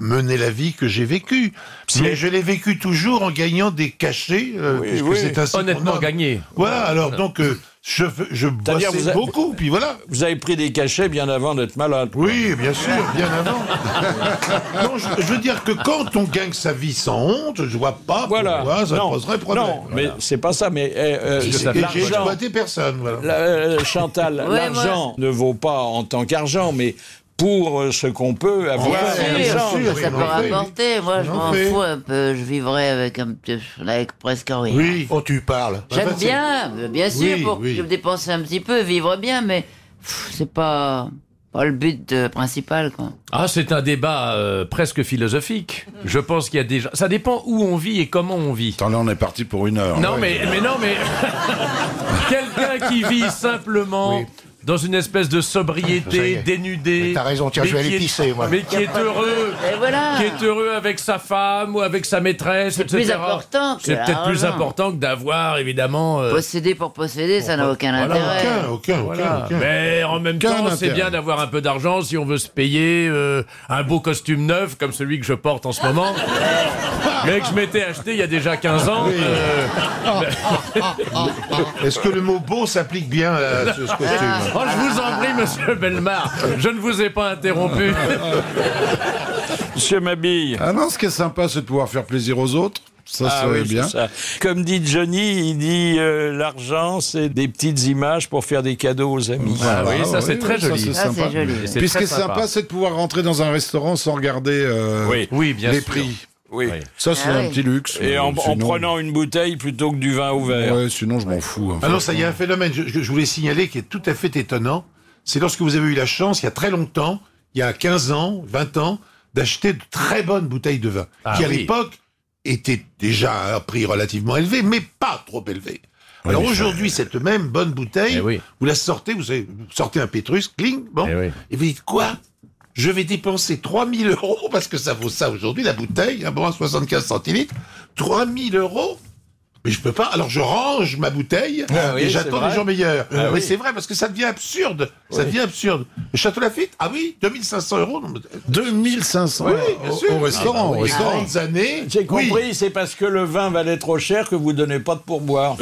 S4: mener la vie que j'ai vécue. Mais je l'ai vécue toujours en gagnant des cachets, euh,
S2: Oui,
S4: puisque
S2: oui.
S4: c'est ainsi qu'on
S5: Honnêtement
S4: nomme.
S5: gagné.
S4: Voilà, alors donc euh, je je
S2: C'est-à-dire, vous
S4: bossais
S2: a-
S4: beaucoup, puis voilà.
S2: Vous avez pris des cachets bien avant d'être malade.
S4: Oui, bien sûr, bien avant. non, je, je veux dire que quand on gagne sa vie sans honte, je vois pas
S2: Voilà.
S4: pourquoi ça
S2: non,
S4: poserait problème.
S2: non, mais c'est pas ça. Mais eh, euh,
S4: Et
S2: c'est-
S4: j'ai
S2: l'argent,
S4: exploité personne, voilà.
S2: la- euh, Chantal,
S7: Ouais,
S2: l'argent ne vaut pas en tant qu'argent, mais pour euh, ce qu'on peut avoir.
S4: Ouais,
S2: en
S4: bien
S2: échange.
S4: sûr,
S7: Ça
S4: oui,
S7: peut
S4: oui.
S7: rapporter, moi je
S4: On en
S7: m'en
S4: fait.
S7: fous hein. un peu, je vivrais avec, un petit- avec presque rien.
S4: Oui.
S9: Oh, tu parles.
S8: Bah,
S7: J'aime
S4: Enfin, c'est-
S7: bien, euh, bien sûr,
S4: Oui,
S7: pour
S4: oui.
S7: je me dépenser un petit peu, vivre bien, mais pff, c'est pas, pas le but euh, principal. Quoi.
S5: Ah, c'est un débat euh, presque philosophique. Je pense qu'il y a des gens. Ça dépend où on vit et comment on vit.
S6: Attends, là, on est parti pour une heure.
S5: Non, mais, mais non, mais. Quelqu'un qui vit simplement. Dans une espèce de
S9: Ça y
S5: sobriété,
S9: est.
S5: dénudé.
S9: Mais t'as raison, tiens,
S5: mais
S9: je vais
S5: qui
S9: aller
S5: est-
S9: pisser, moi.
S5: Mais qui est heureux.
S7: Et voilà.
S5: Qui est heureux avec sa femme ou avec sa maîtresse,
S7: C'est plus
S5: etc..
S7: important que
S5: C'est peut-être plus
S7: l'argent.
S5: important que d'avoir, évidemment. euh,
S7: Posséder pour posséder, ça n'a aucun intérêt.
S4: Aucun, aucun,
S5: Voilà.
S4: aucun, aucun.
S5: Mais en même
S6: Aucun
S5: temps, c'est
S6: intérêt.
S5: bien d'avoir un peu d'argent si on veut se payer euh, un beau costume neuf comme celui que je porte en ce moment. Mais que je m'étais acheté il y a déjà 15 ans. euh,
S4: Est-ce que le mot beau s'applique bien à ce, ce
S7: Ah.
S4: costume
S5: Oh, je vous en prie, monsieur Belmar, je ne vous ai pas interrompu.
S2: Monsieur Mabille.
S6: Ah non, ce qui est sympa, c'est de pouvoir faire plaisir aux autres. Ça,
S2: Ah
S6: c'est
S2: oui,
S6: bien.
S2: c'est ça. Comme dit Johnny, il dit euh, l'argent, c'est des petites images pour faire des cadeaux aux amis.
S5: Ah oui, ça, c'est très joli.
S6: c'est
S7: Ça,
S6: sympa.
S7: Ah, c'est joli. ouais.
S5: C'est
S6: Puis ce qui
S5: très
S6: est sympa, c'est de pouvoir rentrer dans un restaurant sans regarder euh,
S2: Oui.
S5: Oui, bien
S6: les
S5: sûr.
S6: prix.
S2: Oui.
S6: Ça, c'est
S7: Ah
S6: un
S7: oui.
S6: petit luxe.
S2: Et
S6: mais
S2: en, en
S6: sinon-
S2: prenant une bouteille plutôt que du vin au verre.
S6: Ouais, sinon, je m'en fous. hein.
S4: Ah non, ça, il y a un phénomène je- que je voulais signaler qui est tout à fait étonnant. C'est lorsque vous avez eu la chance, il y a très longtemps, il y a 15 ans, 20 ans, d'acheter de très bonnes bouteilles de vin,
S5: Ah
S4: qui à
S5: oui.
S4: l'époque étaient déjà à un prix relativement élevé, mais pas trop élevé. Alors aujourd'hui, cette même bonne bouteille,
S5: euh, Eh oui.
S4: vous la sortez, vous, avez- vous sortez un pétrus, cling, bon,
S5: Eh oui.
S4: et vous dites quoi je vais dépenser 3000 euros, parce que ça vaut ça aujourd'hui, la bouteille, un bon à 75 centilitres, 3000 euros mais je peux pas. Alors je range ma bouteille
S2: Ah oui,
S4: et
S2: c'est
S4: j'attends
S2: vrai.
S4: des gens meilleurs.
S2: Ah
S4: mais
S2: oui.
S4: c'est vrai parce que ça devient absurde. Ça devient absurde. Le Château Laffitte, ah oui, 2500 euros. non, mais-
S6: 2500
S4: Oui,
S6: euros
S4: bien
S6: au-
S4: sûr.
S6: au
S2: Ah, bah
S6: restaurant.
S7: Ah
S6: au
S4: Les
S6: restaurant.
S4: grandes années.
S2: J'ai compris,
S4: oui.
S2: c'est parce que le vin valait trop cher que vous donnez pas de pourboire.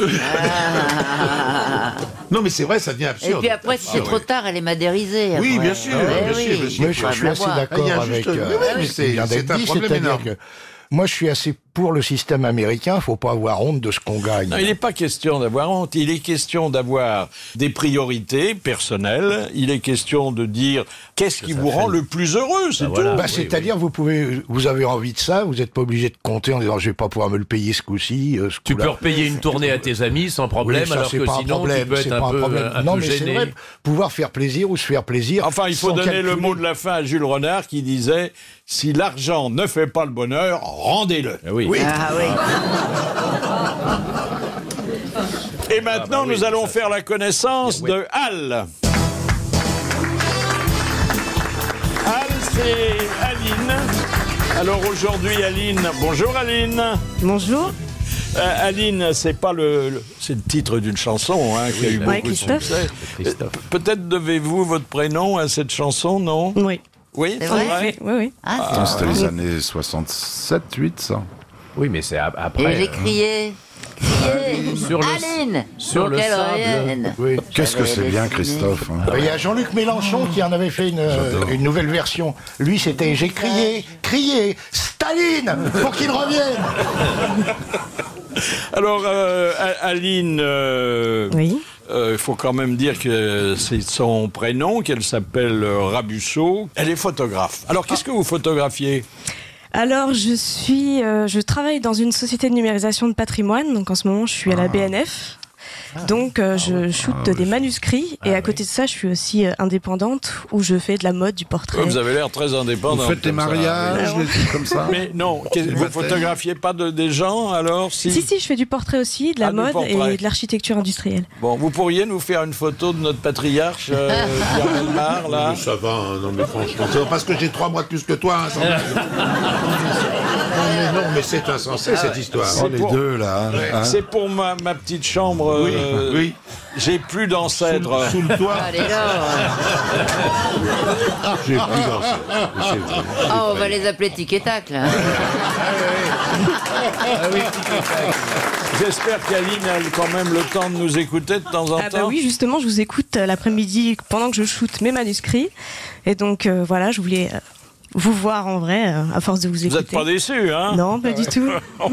S4: Non, mais c'est vrai, ça devient
S7: Ah. Et
S4: absurde.
S7: puis après, si
S4: Ah
S7: c'est
S4: oui.
S7: trop tard, elle est madérisée.
S4: Oui,
S7: après.
S4: bien sûr,
S7: Eh
S4: bien sûr,
S7: oui.
S4: bien sûr.
S9: Mais je, je suis
S7: Faut
S9: assez
S7: avoir.
S4: Ah, il y a
S9: d'accord
S4: un
S9: avec. euh,
S4: juste- mais oui, mais
S9: avec ce qui
S4: c'est-
S9: vient
S4: c'est
S9: d'être
S4: un
S9: dit,
S4: problème
S9: c'est-à-dire
S4: énorme.
S9: que Moi, je suis assez pour le système américain. Faut pas avoir honte de ce qu'on gagne.
S2: Non, il n'est pas question d'avoir honte, il est question d'avoir des priorités personnelles, il est question de dire qu'est-ce qui vous rend le plus heureux, c'est tout.
S5: voilà.
S9: Bah,
S5: oui,
S9: c'est-à-dire, vous pouvez, vous avez envie de ça, vous n'êtes pas obligé de compter en disant, je vais pas pouvoir me le payer ce coup-ci. euh, ce
S5: Tu
S9: coup-là.
S5: peux repayer une tournée à tes amis sans problème,
S9: Oui, ça,
S5: alors
S9: c'est
S5: que
S9: pas un
S5: sinon tu
S9: problème,
S5: peux
S9: c'est
S5: être
S9: pas
S5: un
S9: un
S5: peu, euh,
S9: problème.
S5: un
S9: non,
S5: peu
S9: mais c'est
S5: gêné.
S9: vrai, pouvoir faire plaisir ou se faire plaisir.
S2: Enfin, il faut
S9: sans
S2: donner le
S9: calculer.
S2: mot de la fin à Jules Renard qui disait Si l'argent ne fait pas le bonheur, rendez-le.
S5: Ah oui.
S7: Ah oui,
S2: Et maintenant, nous allons faire la connaissance de Al. Al, Ah, c'est Aline. Alors aujourd'hui, Aline. Bonjour, Aline.
S10: Bonjour.
S2: Euh, Aline, c'est pas le, le- c'est le titre d'une chanson hein, qui a eu
S10: Ouais,
S2: beaucoup de
S10: Christophe.
S2: succès. Euh, Peut-être devez-vous votre prénom à cette chanson, non
S10: Oui.
S2: Oui,
S7: C'est
S10: En
S7: vrai
S10: effet, Oui, oui.
S7: ah, c'est
S6: Attends, C'était les années 67, 8, ça.
S5: Oui, mais c'est a- après.
S7: Et j'ai
S5: euh,
S7: crié, crié,
S5: sur le-
S7: Aline,
S5: sur
S7: pour
S5: le
S7: qu'elle
S5: sable.
S7: revienne.
S9: Oui.
S6: Qu'est-ce que
S7: J'avais
S6: c'est bien,
S7: dessiné.
S6: Christophe. hein.
S9: Ben, Il y a Jean-Luc Mélenchon qui en avait fait une, euh, une nouvelle version. Lui, c'était j'ai crié, crié, Staline, pour qu'il revienne.
S2: Alors, euh, A- Aline, euh, euh, il
S10: Oui.
S2: faut quand même dire que c'est son prénom, qu'elle s'appelle euh, Rabusso. Elle est photographe. Alors, qu'est-ce que vous photographiez
S10: Alors, je
S2: Ah.
S10: suis, euh, je travaille dans une société de numérisation de patrimoine. Donc, en ce moment, je suis à la BNF. Donc, euh, je shoote des manuscrits.
S2: Ah
S10: et à côté de ça, je suis aussi euh, indépendante où je fais de la mode, du portrait.
S2: Euh, Vous avez l'air très indépendant.
S6: Vous faites des
S2: comme ça,
S6: mariages,
S10: Ah,
S2: oui.
S6: des trucs comme ça
S2: Mais non, qu'est- vous photographiez pas de, des gens alors si...
S10: Si, si, je fais du portrait aussi, de la
S2: Ah, du
S10: mode
S2: portrait.
S10: et de l'architecture industrielle.
S2: Bon, vous pourriez nous faire une photo de notre patriarche euh, Pierre Bellemare, là
S4: Mais Ça va, hein, non mais franchement, c'est parce que j'ai trois mois de plus que toi. hein, sans- non, mais non, mais c'est insensé cette histoire.
S2: Ah C'est pour-
S9: là.
S2: Ouais. C'est pour ma, ma petite chambre.
S4: hein. Oui,
S2: euh,
S4: oui.
S2: J'ai plus d'ancêtres.
S4: Sous le toit,
S7: Allez là
S4: j'ai plus d'ancêtres. C'est vrai.
S7: Ah, on Ah, va les appeler tic et tac, là.
S2: Ah J'espère qu'Aline a quand même le temps de nous écouter de temps en
S10: Ah bah
S2: temps.
S10: oui, justement, je vous écoute euh, l'après-midi pendant que je shoote mes manuscrits. Et donc, euh, voilà, je voulais euh, vous voir en vrai, euh, à force de vous
S2: Vous
S10: écouter.
S2: n'êtes pas déçus, hein
S10: Non, pas du tout.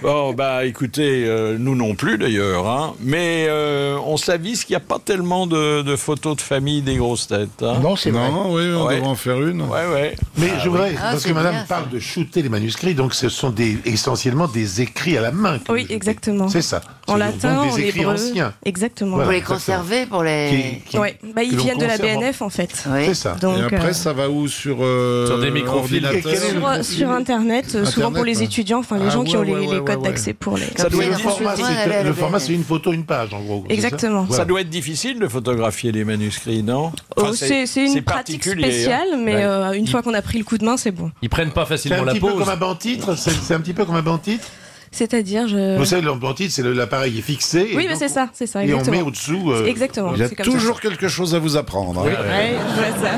S2: Bon, bah écoutez, euh, nous non plus d'ailleurs, hein, mais euh, on s'avise qu'il n'y a pas tellement de, de photos de famille des grosses têtes. hein.
S9: Non, c'est vrai.
S6: Non, oui, on
S2: Ouais.
S6: devrait en faire une.
S2: Ouais, ouais.
S4: Mais je voudrais,
S7: Ah,
S4: parce
S7: c'est
S4: que madame
S7: bien, ça.
S4: parle de shooter les manuscrits, donc ce sont des, essentiellement des écrits à la main. que
S10: Oui,
S4: vous shootez.
S10: exactement.
S4: C'est ça.
S10: En
S4: Ce sont
S10: latin,
S4: donc
S10: en
S4: des écrits
S10: hébreu.
S4: anciens.
S10: Exactement.
S7: Pour
S4: Voilà,
S7: les conserver, pour
S4: qui-
S7: les...
S4: qui-
S10: Ouais. Bah,
S4: que
S10: ils
S4: l'on
S10: viennent de la
S4: conserve en-
S10: BNF, en fait.
S7: Oui.
S4: C'est ça.
S10: Donc,
S6: Et après,
S10: euh,
S6: ça va où sur, euh,
S5: Sur des microfilms.
S6: ordinateur
S4: Et quel est le-
S10: Sur, sur Internet, euh, souvent
S6: Internet,
S10: pour les
S6: ouais.
S10: étudiants, enfin les
S6: Ah,
S10: gens qui
S6: ouais,
S10: ont
S6: ouais,
S10: les,
S6: ouais,
S10: les
S6: ouais,
S10: codes
S6: ouais.
S10: d'accès pour les.
S2: Ça
S4: Le
S7: Oui,
S2: doit être
S7: la
S2: difficile.
S4: format,
S7: consultation,
S4: c'est
S7: elle est à
S4: que-
S7: la
S4: le format,
S7: BNF.
S4: c'est une photo, une page, en gros. c'est ça
S10: Exactement.
S2: Ça
S4: Voilà.
S2: doit être difficile de photographier les manuscrits, non
S10: Oh,
S2: Enfin,
S10: c'est c'est une
S2: c'est
S10: pratique
S2: particulier, hein.
S10: spéciale, mais
S2: Ouais.
S10: euh, une
S5: Il-
S10: fois qu'on a pris le coup de main, c'est bon.
S5: Ils prennent pas
S4: C'est
S5: facilement
S4: un
S5: la
S4: petit peu
S5: pause.
S4: comme un banc-titre. C'est c'est un petit peu comme un banc-titre.
S10: C'est-à-dire,
S2: Euh.
S10: je.
S4: Vous savez, le banc-titre, c'est le- l'appareil est fixé. et
S10: oui, mais
S4: donc
S10: c'est ça, c'est ça,
S4: Et on met
S10: exactement.
S4: au-dessous. euh,
S10: Exactement,
S6: Il y a
S10: c'est comme
S6: toujours quelque chose à vous apprendre. hein.
S10: ça. Ouais, je vois ça.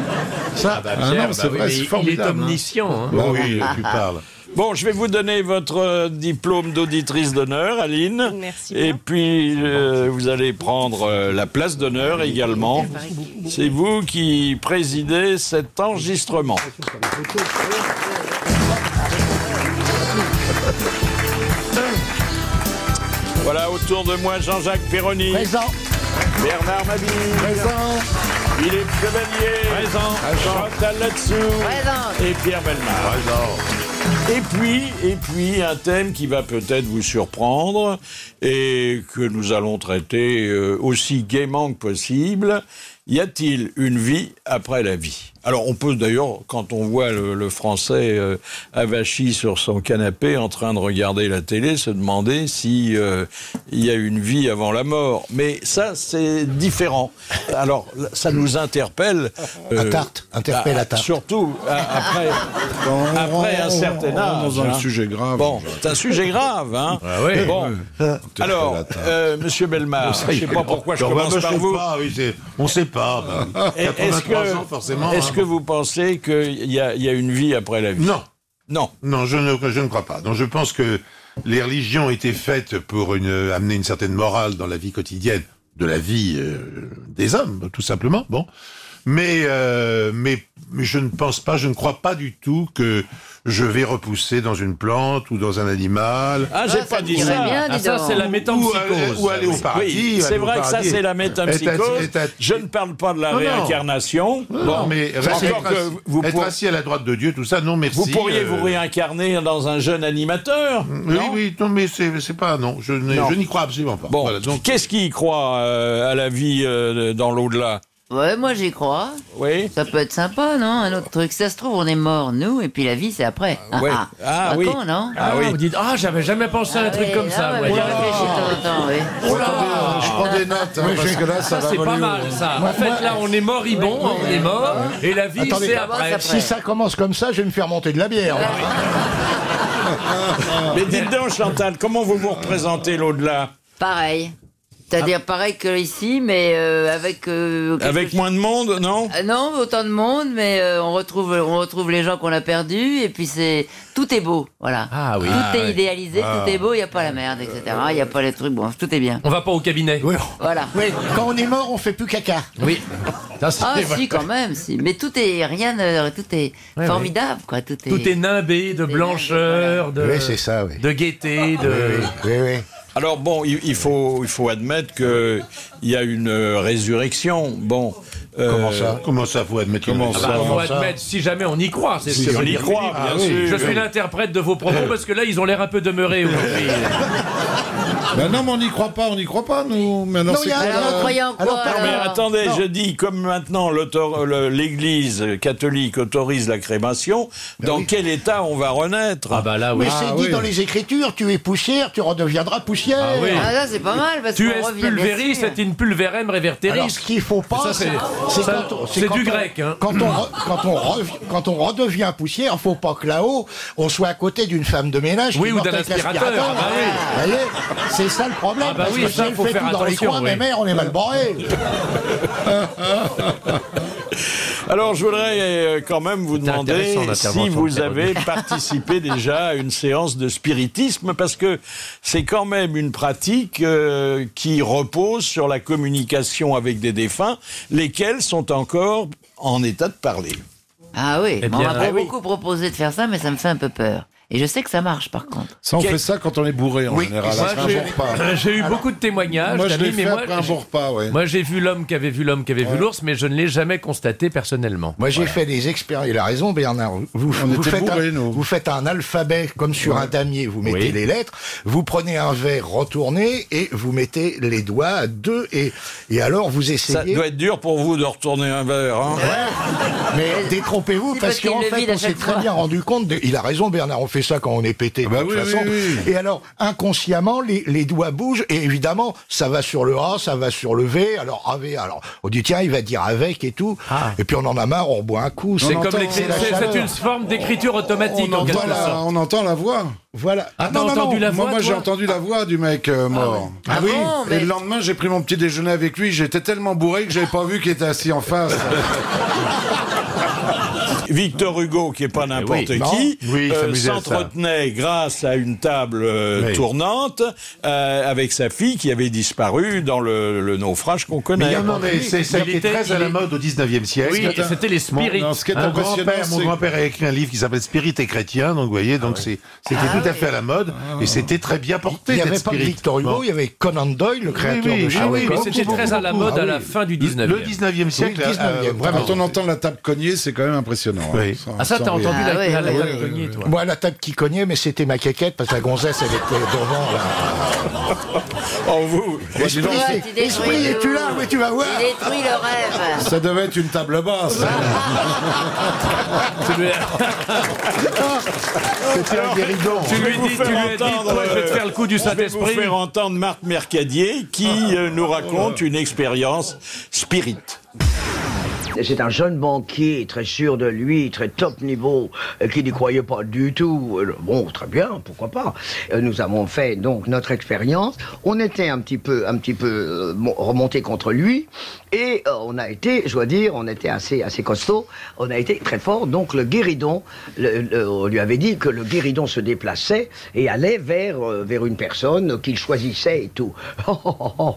S4: Ça, bah,
S6: Ah non, c'est vrai,
S5: Mais
S6: c'est
S5: il- il est
S6: formidable, hein.
S5: omniscient. hein.
S4: bah oui, tu parles.
S2: Bon, je vais vous donner votre euh, diplôme d'auditrice d'honneur, Aline.
S10: Merci
S2: Et
S10: bien.
S2: puis, euh, vous allez prendre euh, la place d'honneur également. C'est vous qui présidez cet enregistrement. Voilà autour de moi Jean-Jacques Perroni,
S9: Présent.
S2: Bernard Mabille, Philippe Chevalier, Chantal Latsou,
S7: Présente.
S2: et Pierre Bellemare. Et puis, et puis, un thème qui va peut-être vous surprendre et que nous allons traiter euh, aussi gaiement que possible. Y a-t-il une vie après la vie Alors, on peut d'ailleurs, quand on voit le, le Français euh, avachi sur son canapé en train de regarder la télé, se demander si euh, il y a une vie avant la mort. Mais ça, c'est différent. Alors, ça nous interpelle.
S9: La
S2: euh,
S9: tarte. Interpelle
S2: bah,
S9: la tarte.
S2: Surtout euh, après, après un certain âge.
S6: Dans un
S2: hein.
S6: sujet grave.
S2: Bon, c'est un sujet grave, hein.
S5: oui.
S2: Bon, alors, euh, Monsieur
S4: Oh,
S2: Bellemare, je ne sais pas pourquoi je
S4: Alors, bah,
S2: commence
S4: moi,
S2: par
S4: sais
S2: vous.
S4: pas, oui, c'est- on sait pas. bah.
S2: Est- Est-ce
S4: 83 ans, forcément,
S2: que, est-ce
S4: hein.
S2: que vous pensez qu'il y, a- il y a une vie après la vie
S4: Non,
S2: Non.
S4: non, je ne, je ne crois pas. Donc, je pense que les religions ont été faites pour une- amener une certaine morale dans la vie quotidienne de la vie euh, des hommes, tout simplement. Bon, mais, euh, mais je ne pense pas, je ne crois pas du tout que je vais repousser dans une plante ou dans un animal.
S2: Ah, j'ai
S7: Ah,
S2: pas
S7: ça me
S2: dit
S7: dirait
S2: ça.
S7: bien, dis
S5: Ah, ça,
S7: donc.
S5: c'est la
S4: Ou aller,
S5: métampsychose.
S4: ou aller au paradis.
S2: Oui,
S4: aller
S2: c'est
S4: au
S2: vrai que ça,
S4: paradis.
S2: c'est la métampsychose.
S4: Et t'as- et t'as-
S2: Je ne parle pas de la
S4: Non, non.
S2: réincarnation.
S4: Non,
S2: Bon,
S4: mais rester-
S2: encore que vous,
S4: être
S2: pour-
S4: assis à la droite de Dieu, tout ça, non, merci.
S2: vous pourriez vous
S4: euh,
S2: réincarner dans un jeune animateur.
S4: Oui,
S2: non
S4: oui, non, mais c'est c'est pas, non, je n'ai-
S2: Non.
S4: je n'y crois absolument pas.
S2: Bon,
S4: Voilà, donc,
S2: qu'est-ce qui croit euh, à la vie euh, dans l'au-delà
S7: Ouais, moi j'y crois.
S2: Oui
S7: Ça peut être sympa, non Un autre truc. Ça se trouve, on est mort, nous, et puis la vie, c'est après. Ah,
S2: ouais.
S7: ah.
S2: Ah,
S7: Pas
S2: oui.
S7: con, non
S2: Ah oui.
S5: Vous dites, ah, j'avais jamais pensé à un truc
S7: Ouais,
S5: comme
S7: ah,
S5: ça.
S7: ouais,
S5: ouais.
S7: j'y réfléchis de temps en temps, oui.
S6: Attendez, je prends des notes, hein, parce que là, ça,
S5: Ça,
S6: va
S5: c'est
S6: voler
S5: pas
S6: haut.
S5: mal, ça. En fait, là, on est moribond, on est mort, et la vie,
S9: Attendez,
S5: c'est après.
S7: c'est
S9: Si ça commence comme ça, je vais me faire monter de la bière.
S2: Ah
S7: Ah,
S4: Ah.
S2: Mais dites donc, Chantal, comment vous vous représentez l'au-delà
S7: Pareil. C'est-à-dire pareil que ici, mais euh, avec. euh, quelque
S2: Ah. Avec
S7: chose-
S2: moins de monde, non
S7: Ah Non, autant de monde, mais euh, on retrouve on retrouve les gens qu'on a perdus et puis c'est tout est beau, voilà.
S5: Ah oui.
S7: Tout est idéalisé, tout est beau, il y a pas la merde, etc. Il y a pas les trucs, bon, tout est bien,
S5: On va pas au cabinet.
S7: voilà.
S9: Oui, quand on est mort, on fait plus caca.
S5: Oui. Ça, c'est
S7: Ah
S5: vrai.
S7: si quand même, si. Mais tout est rien, euh, tout est
S5: Ouais,
S7: formidable, quoi, tout est.
S5: Tout est nimbé de blancheur, de,
S9: Oui, c'est ça, oui.
S5: de gaieté, de.
S9: Oui, oui, oui.
S2: Alors bon, il, il faut, il faut admettre qu'il y a une euh, résurrection. Bon, euh,
S9: Comment ça
S4: comment ça, faut admettre
S2: Comment
S4: une-
S2: ça
S5: Bah,
S2: Comment
S5: faut admettre, si jamais on y croit, c'est
S2: si
S5: sûr. Ah,
S2: on y croit, bien
S4: oui.
S2: sûr.
S5: Je suis l'interprète de vos propos parce que là, ils ont l'air un peu demeurés aujourd'hui.
S6: Ben non, mais on n'y croit pas, on n'y croit pas, nous. Mais alors,
S7: Non,
S6: c'est
S7: il y a-
S6: quoi,
S7: alors,
S6: là
S7: on croyait en quoi,
S6: Alors,
S2: Non,
S6: pardon.
S2: mais attendez, je dis, comme maintenant l'autor- le- l'Église catholique autorise la crémation, dans quel état on va renaître Ah
S5: Ben bah là,
S9: Mais c'est dit dans les Écritures, tu es poussière, tu redeviendras poussière.
S5: Ah oui.
S7: Ah, ça, c'est pas mal, parce
S5: Tu
S7: qu'on
S5: es
S7: revient
S5: pulveris,
S7: là-dessus.
S5: c'est in pulverem reverteris.
S9: Alors, ce qu'il faut pas,
S5: Ça, c'est-
S9: c'est c'est
S5: ça,
S9: quand on- c'est
S5: c'est
S9: quand
S5: du
S9: on-
S5: grec, hein.
S9: Quand on, re- quand, on rev- quand on redevient poussière, faut pas que là-haut, on soit à côté d'une femme de ménage
S5: Oui,
S9: qui
S5: ou
S9: porte
S5: d'un
S9: avec
S5: aspirateur,
S9: l'aspirateur.
S5: ah bah oui.
S9: Vous voyez C'est ça le problème.
S5: Ah bah
S9: parce
S5: oui,
S9: que
S5: ça,
S9: si elle
S5: faut
S9: fait
S5: faire
S9: tout dans les
S5: attention,
S9: coins,
S5: oui.
S9: mais mère, on est mal barré.
S2: Alors, je voudrais euh, quand même vous
S5: C'était
S2: demander
S5: intéressant, l'intervention
S2: si
S5: de
S2: vous
S5: Pierre
S2: avez participé déjà à une séance de spiritisme, parce que c'est quand même une pratique euh, qui repose sur la communication avec des défunts, lesquels sont encore en état de parler.
S7: Ah oui,
S5: Eh
S7: mais on
S5: bien,
S7: m'a
S5: ah
S7: pas
S5: oui.
S7: beaucoup proposé de faire ça, mais ça me fait un peu peur. Et je sais que ça marche, par contre.
S6: Ça, on
S2: Quel-
S6: fait ça quand on est bourré, en
S9: Oui,
S6: général,
S9: et ça,
S6: après un
S5: j'ai-
S6: bon repas.
S5: J'ai eu beaucoup de témoignages.
S6: Moi, je
S5: d'amis,
S6: l'ai
S5: mais
S6: fait
S5: moi,
S6: après un bon repas, ouais.
S5: Moi, j'ai vu l'homme qui avait vu l'homme qui avait vu l'ours, mais je ne l'ai jamais constaté personnellement.
S9: Moi, j'ai fait des expériences. Ah, Il a raison, Bernard. Vous, vous
S6: était
S9: faites
S6: bourrés,
S9: un,
S6: nous.
S9: vous faites un alphabet comme sur un damier. Vous mettez
S5: Oui.
S9: les lettres, vous prenez un verre retourné et vous mettez les doigts à deux. Et, et alors, vous
S2: Ça
S9: essayez.
S2: doit être dur pour vous de retourner un verre. hein.
S9: Mais détrompez-vous,
S7: Si,
S9: parce
S7: parce qu'il
S9: qu'en
S7: le
S9: fait,
S7: vide à
S9: on s'est
S7: chaque
S9: très
S7: fois.
S9: bien rendu compte. de- Il a raison, Bernard, on fait ça quand on est pété.
S6: bah
S9: de toute
S6: oui,
S9: façon.
S6: oui, oui.
S9: Et alors, inconsciemment, les, les doigts bougent, et évidemment, ça va sur le A, ça va sur le V, alors AV, alors on dit, tiens, il va dire avec et tout.
S5: Ah.
S9: Et puis on en a marre, on boit un coup.
S5: C'est
S6: On
S5: comme
S6: entend-
S5: l'écrit-
S6: c'est la
S5: c'est-
S6: chaleur.
S5: c'est une forme d'écriture automatique
S6: On
S5: en quelque
S6: entend, la,
S5: sorte.
S6: on entend la voix.
S9: Voilà.
S5: Ah, t'as
S6: Non, non,
S5: entendu
S6: non.
S5: la
S6: Moi,
S5: voix
S6: moi, j'ai
S5: toi
S6: entendu la voix du mec euh, mort.
S7: Ah oui. Ah bon,
S6: Et
S7: mais-
S6: le lendemain, j'ai pris mon petit déjeuner avec lui. J'étais tellement bourré que j'avais pas vu qu'il était assis en face.
S2: Victor Hugo, qui est pas n'importe
S5: Eh oui,
S9: non.
S2: qui, euh,
S4: Oui, il s'amusait à ça.
S2: s'entretenait grâce à une table euh,
S4: Oui.
S2: tournante euh, avec sa fille qui avait disparu dans le, le naufrage qu'on connaît.
S4: Non, non, mais c'est- ça a
S5: Il
S4: été
S5: était-
S4: très à la
S5: il-
S4: mode au 19e siècle.
S5: Oui, et c'était les spirites.
S6: Non, ce qui est
S4: Mon
S6: impressionnant,
S4: grand-père, mon
S6: c'est-
S4: grand-père a écrit un livre qui s'appelle Spirit et chrétien, donc vous voyez, donc c'est c'était
S7: Ah
S4: tout à
S7: oui.
S4: fait à la mode et c'était très bien porté.
S9: Il n'y
S4: d'être
S9: avait pas que
S4: spirit.
S9: Victor Hugo,
S4: Bon.
S9: il y avait Conan Doyle, le créateur
S4: oui,
S9: de
S4: oui,
S5: Ah oui,
S9: Sherlock
S5: mais
S9: Holmes.
S5: c'était très à la
S4: beaucoup,
S5: mode
S4: ah
S5: à la
S4: oui.
S5: fin du
S4: Le
S5: 19e.
S4: 19e siècle,
S9: le 19e,
S4: euh, vraiment.
S6: Quand on entend la table cognée, c'est quand même impressionnant. hein.
S4: Oui.
S5: Ah ça, t'as
S6: oui.
S5: entendu
S7: Ah
S5: la
S7: ouais,
S5: la- la-
S7: ouais,
S5: la-
S7: ouais,
S5: cognée, toi.
S9: Moi, la table qui cognait, mais c'était ma quéquette, parce que la gonzesse, elle était devant. Là.
S2: Oh, vous,
S6: Dis donc,
S7: Ouais,
S9: Esprit,
S7: tu détruis
S9: esprit,
S7: le-
S9: es-tu là Oui, tu vas voir.
S7: Il détruit le rêve.
S6: Ça devait être une table basse. hein.
S5: Tu lui-
S9: C'était un guéridon.
S5: tu lui
S2: vous
S5: dis,
S2: faire
S5: tu lui as dit,
S2: entendre,
S5: toi, je vais te
S2: euh,
S5: faire le coup du
S2: Je vais vous
S5: Saint-Esprit. Ah.
S2: faire entendre Marthe Mercadier qui euh, nous
S4: Oh
S2: raconte une expérience spirit.
S11: C'est un jeune banquier, très sûr de lui, très top niveau, euh, qui n'y croyait pas du tout. Euh, Bon, très bien, pourquoi pas. Euh, Nous avons fait donc notre expérience. On était un petit peu, un petit peu euh, bon, remonté contre lui, et euh, on a été, je dois dire, on était assez, assez costaud. On a été très fort. Donc le guéridon, le- le- on lui avait dit que le guéridon se déplaçait et allait vers, euh, vers une personne qu'il choisissait et tout. Oh,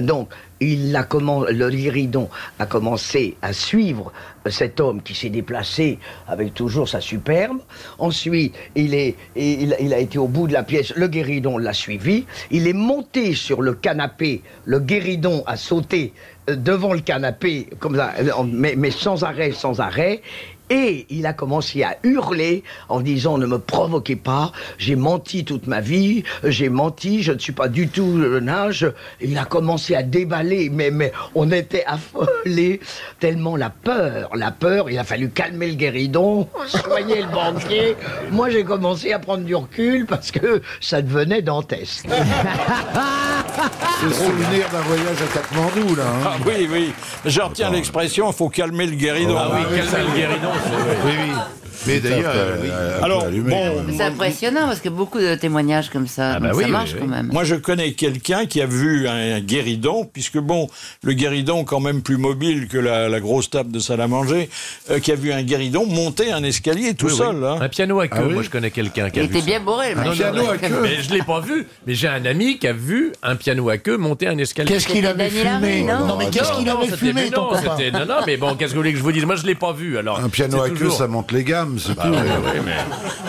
S11: Donc il a commen- le guéridon a commencé à suivre cet homme qui s'est déplacé avec toujours sa superbe. Ensuite, il, est, et il, il a été au bout de la pièce, le guéridon l'a suivi. Il est monté sur le canapé, le guéridon a sauté euh, devant le canapé, comme ça, euh, en- mais, mais sans arrêt, sans arrêt. Et il a commencé à hurler en disant ne me provoquez pas, j'ai menti toute ma vie, j'ai menti, je ne suis pas du tout le nage. Il a commencé à déballer, mais, mais on était affolés, tellement la peur, la peur, il a fallu calmer le guéridon, soigner le banquier. Moi j'ai commencé à prendre du recul parce que ça devenait dantesque.
S6: C'est le souvenir d'un voyage à Katmandou, là. hein.
S2: Ah oui, oui. Je retiens l'expression, il faut calmer le guéridon.
S5: Ah oui, calmer le guéridon. c'est-
S4: Oui, oui. Mais d'ailleurs, euh, oui.
S2: Alors, bon,
S7: C'est impressionnant parce que beaucoup de témoignages comme ça,
S5: bah
S7: donc
S5: oui,
S7: ça
S5: oui,
S7: marche
S5: oui.
S7: quand même.
S2: Moi, je connais quelqu'un qui a vu un guéridon, puisque bon, le guéridon, quand même plus mobile que la, la grosse table de salle à manger, euh, qui a vu un guéridon monter un escalier tout seul. hein.
S5: Un piano à queue, moi je connais quelqu'un qui a
S7: Il
S5: vu
S7: était
S5: ça.
S7: bien bourré, le mec.
S5: Non, non, non. Mais je l'ai pas vu. Mais j'ai un ami qui a vu un piano à queue monter un escalier.
S9: Qu'est-ce qu'il avait C'était Daniel fumé Harry, non Non, mais qu'est-ce qu'il
S5: non,
S9: avait
S5: c'était-
S9: fumé,
S5: mais non,
S9: ton copain
S5: c'était- Non, non, mais bon, qu'est-ce que vous voulez que je vous dise Moi, je l'ai pas vu, alors.
S6: Un piano à
S5: c'est
S6: queue,
S5: toujours-
S6: ça monte les gammes, c'est
S5: Bah
S6: tout.
S5: ouais, ouais, mais-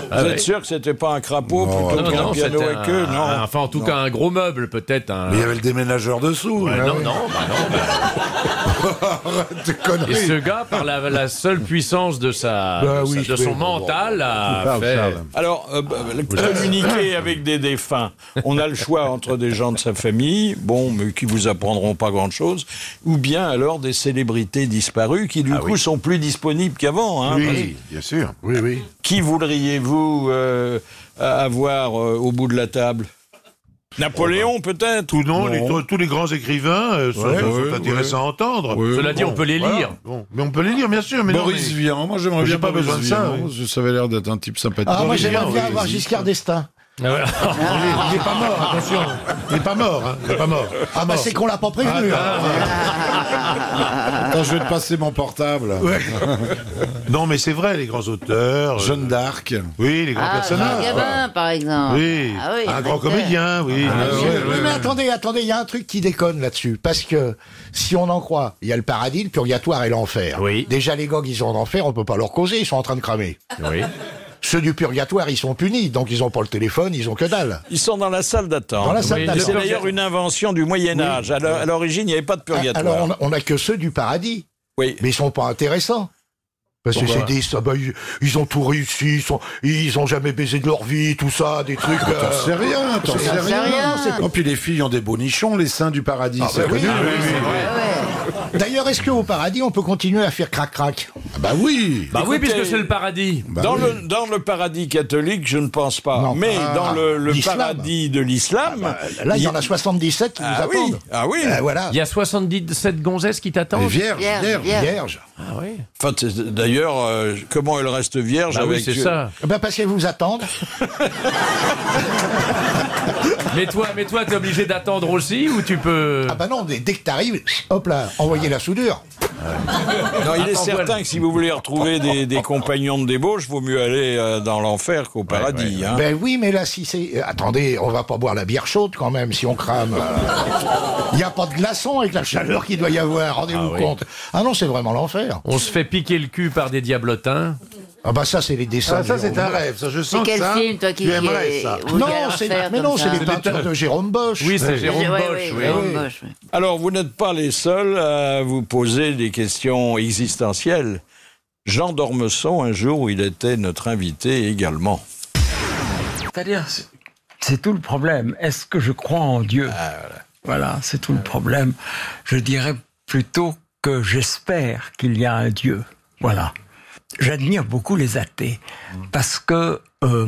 S5: Ah
S2: Vous
S5: ouais.
S2: êtes sûr que c'était pas un crapaud plutôt
S5: Oh, Non,
S2: qu'un
S5: non,
S2: piano
S5: c'était
S2: à queue
S5: un-
S2: Non.
S5: un- Enfin, en tout
S2: Non.
S5: cas, un gros meuble, peut-être. un-
S6: Mais il y avait le déménageur dessous.
S5: euh, Ouais,
S6: là,
S5: non,
S6: oui.
S5: non, bah non.
S6: Arrête de
S5: Et
S6: conneries.
S5: ce gars, par la, la seule puissance de, sa,
S6: Bah
S5: Ah, de, sa-
S6: oui,
S5: de
S6: je
S5: son
S6: vais-
S5: mental,
S2: Tu
S5: a
S2: parles,
S5: fait...
S2: Charles. Alors, euh, bah, communiquer avec des défunts. On a le choix entre des gens de sa famille, bon, mais qui vous apprendront pas grand-chose, ou bien alors des célébrités disparues qui, du coup, sont plus disponibles qu'avant. hein, parce
S4: oui, bien sûr. Oui, oui.
S2: Qui voudriez-vous euh, a- avoir euh, au bout de la table Napoléon, peut-être
S4: Ou non, les- tous- tous les grands écrivains euh, sont,
S2: Ouais,
S4: sont
S2: ouais,
S4: intéressants
S2: ouais.
S4: à entendre.
S2: Ouais,
S5: Cela dit, on peut les
S4: voilà.
S5: lire.
S4: Bon, Mais on peut les lire, bien sûr. Mais
S6: Boris
S4: non, mais-
S6: Vian, moi j'aimerais
S4: J'ai
S6: bien
S4: pas
S6: Boris
S4: besoin de ça, hein.
S6: Vian,
S4: oui.
S6: Je savais l'air d'être un type sympathique.
S9: Ah, moi,
S6: Boris
S9: j'aimerais
S6: Vian,
S9: bien
S6: oui.
S9: avoir Giscard d'Estaing.
S5: Ah,
S9: Il n'est pas mort, attention.
S4: Il n'est pas mort, hein. Il n'est pas mort. Ah,
S9: Ah, bah, c'est qu'on l'a pas prévenu.
S6: hein. Attends, je vais te passer mon portable.
S4: Non, mais c'est vrai, les grands auteurs. euh,
S6: Jeanne d'Arc.
S4: Oui, les grands
S7: Ah, Jean
S4: personnages.
S7: Gabin, par exemple.
S4: Oui,
S7: Ah oui,
S4: un grand
S7: acteur.
S4: comédien, oui.
S6: Ah,
S4: bien
S6: ouais,
S4: sûr.
S6: ouais,
S9: Oui, mais attendez, attendez, il y a un truc qui déconne là-dessus. Parce que si on en croit, il y a le paradis, le purgatoire et l'enfer.
S5: Oui.
S9: Déjà, les gars qui sont en enfer, on peut pas leur causer, ils sont en train de cramer.
S5: Oui.
S9: Ceux du purgatoire, ils sont punis, donc ils ont pas le téléphone, ils ont que dalle.
S2: Ils sont dans la salle d'attente.
S9: Dans la salle
S2: Oui,
S9: d'attente. Ah,
S2: C'est d'ailleurs une invention du Moyen Âge. À l'o- à l'origine, il n'y avait pas de purgatoire.
S9: Alors, on a- on a que ceux du paradis.
S2: Oui.
S9: Mais ils sont pas intéressants. Parce que c'est des. ça, bah, ils, ils ont tout réussi, ils, sont, ils ont jamais baisé de leur vie, tout ça, des trucs.
S6: Ah, T'en
S9: euh,
S6: sais rien, t'en
S9: c'est-
S6: sais
S9: c'est
S6: rien.
S9: rien.
S6: Oh, puis les filles ont des bonichons, les saints du paradis.
S9: Ah,
S6: c'est
S9: bah oui,
S6: connu.
S9: oui, oui, D'ailleurs, est-ce qu'au paradis, on peut continuer à faire crac-crac
S6: Ah Bah oui.
S5: Bah oui,
S2: Écoutez-
S5: puisque c'est le paradis.
S2: dans, le, dans le paradis catholique, je ne pense pas.
S9: Bah Non.
S2: Mais
S9: Ah,
S2: dans le, le
S9: l'islam. Ah bah,
S2: paradis de l'islam,
S9: Là, il y en a 77 qui nous
S2: Ah oui,
S9: attendent.
S2: ah oui.
S9: Euh, voilà.
S5: Il y a 77 gonzesses qui
S6: Les
S5: t'attendent.
S6: vierges,
S7: Vierge,
S6: vierges.
S7: vierge.
S9: Vierge.
S5: Ah oui.
S2: Enfin, c'est- D'ailleurs, euh, comment elle reste vierge
S5: Bah oui,
S2: avec
S5: c'est ça.
S9: Eh Ben parce qu'elles vous attendent.
S5: Mais toi, mais toi, t'es obligé d'attendre aussi ou tu peux
S9: Ah bah non, dès dès que t'arrives, hop là, envoyez la soudure.
S2: Non, il est
S5: Attends,
S2: certain
S5: voilà.
S2: que si vous voulez retrouver des, des compagnons de débauche, vaut mieux aller euh, dans l'enfer qu'au paradis. hein.
S9: Ben oui, mais là, si c'est... euh, Attendez, on va pas boire la bière chaude quand même, si on crame. euh. Il n'y a pas de glaçon avec la chaleur qu'il doit y avoir, rendez-vous
S5: Ah oui.
S9: compte. Ah non, c'est vraiment l'enfer.
S5: On se fait piquer le cul par des diablotins.
S9: Ah bah ça, c'est les dessins.
S4: Ah, ça,
S9: de
S4: c'est un
S9: Jérôme
S4: rêve. Ça, je
S7: C'est
S4: sens
S7: quel
S4: que ça,
S7: film, toi, qui
S4: tu
S7: qui
S4: aimerais
S7: est-
S4: ça.
S7: où il y a
S9: Bosch. Non, c'est...
S7: l'enfer
S9: Mais
S7: comme
S9: non, c'est
S7: ça
S9: les peintures de Jérôme Bosch.
S5: Oui, c'est
S9: Ouais.
S5: Jérôme
S7: Ouais, ouais,
S5: Bosch. oui.
S7: Jérôme Bosch, oui.
S2: Alors, vous n'êtes pas les seuls à vous poser des questions existentielles. Jean d'Ormesson, un jour, il était notre invité également.
S12: C'est-à-dire, c'est- c'est tout le problème. Est-ce que je crois en Dieu
S2: Ah,
S12: Voilà, c'est tout le problème. Je dirais plutôt que j'espère qu'il y a un Dieu. Voilà. J'admire beaucoup les athées parce que euh,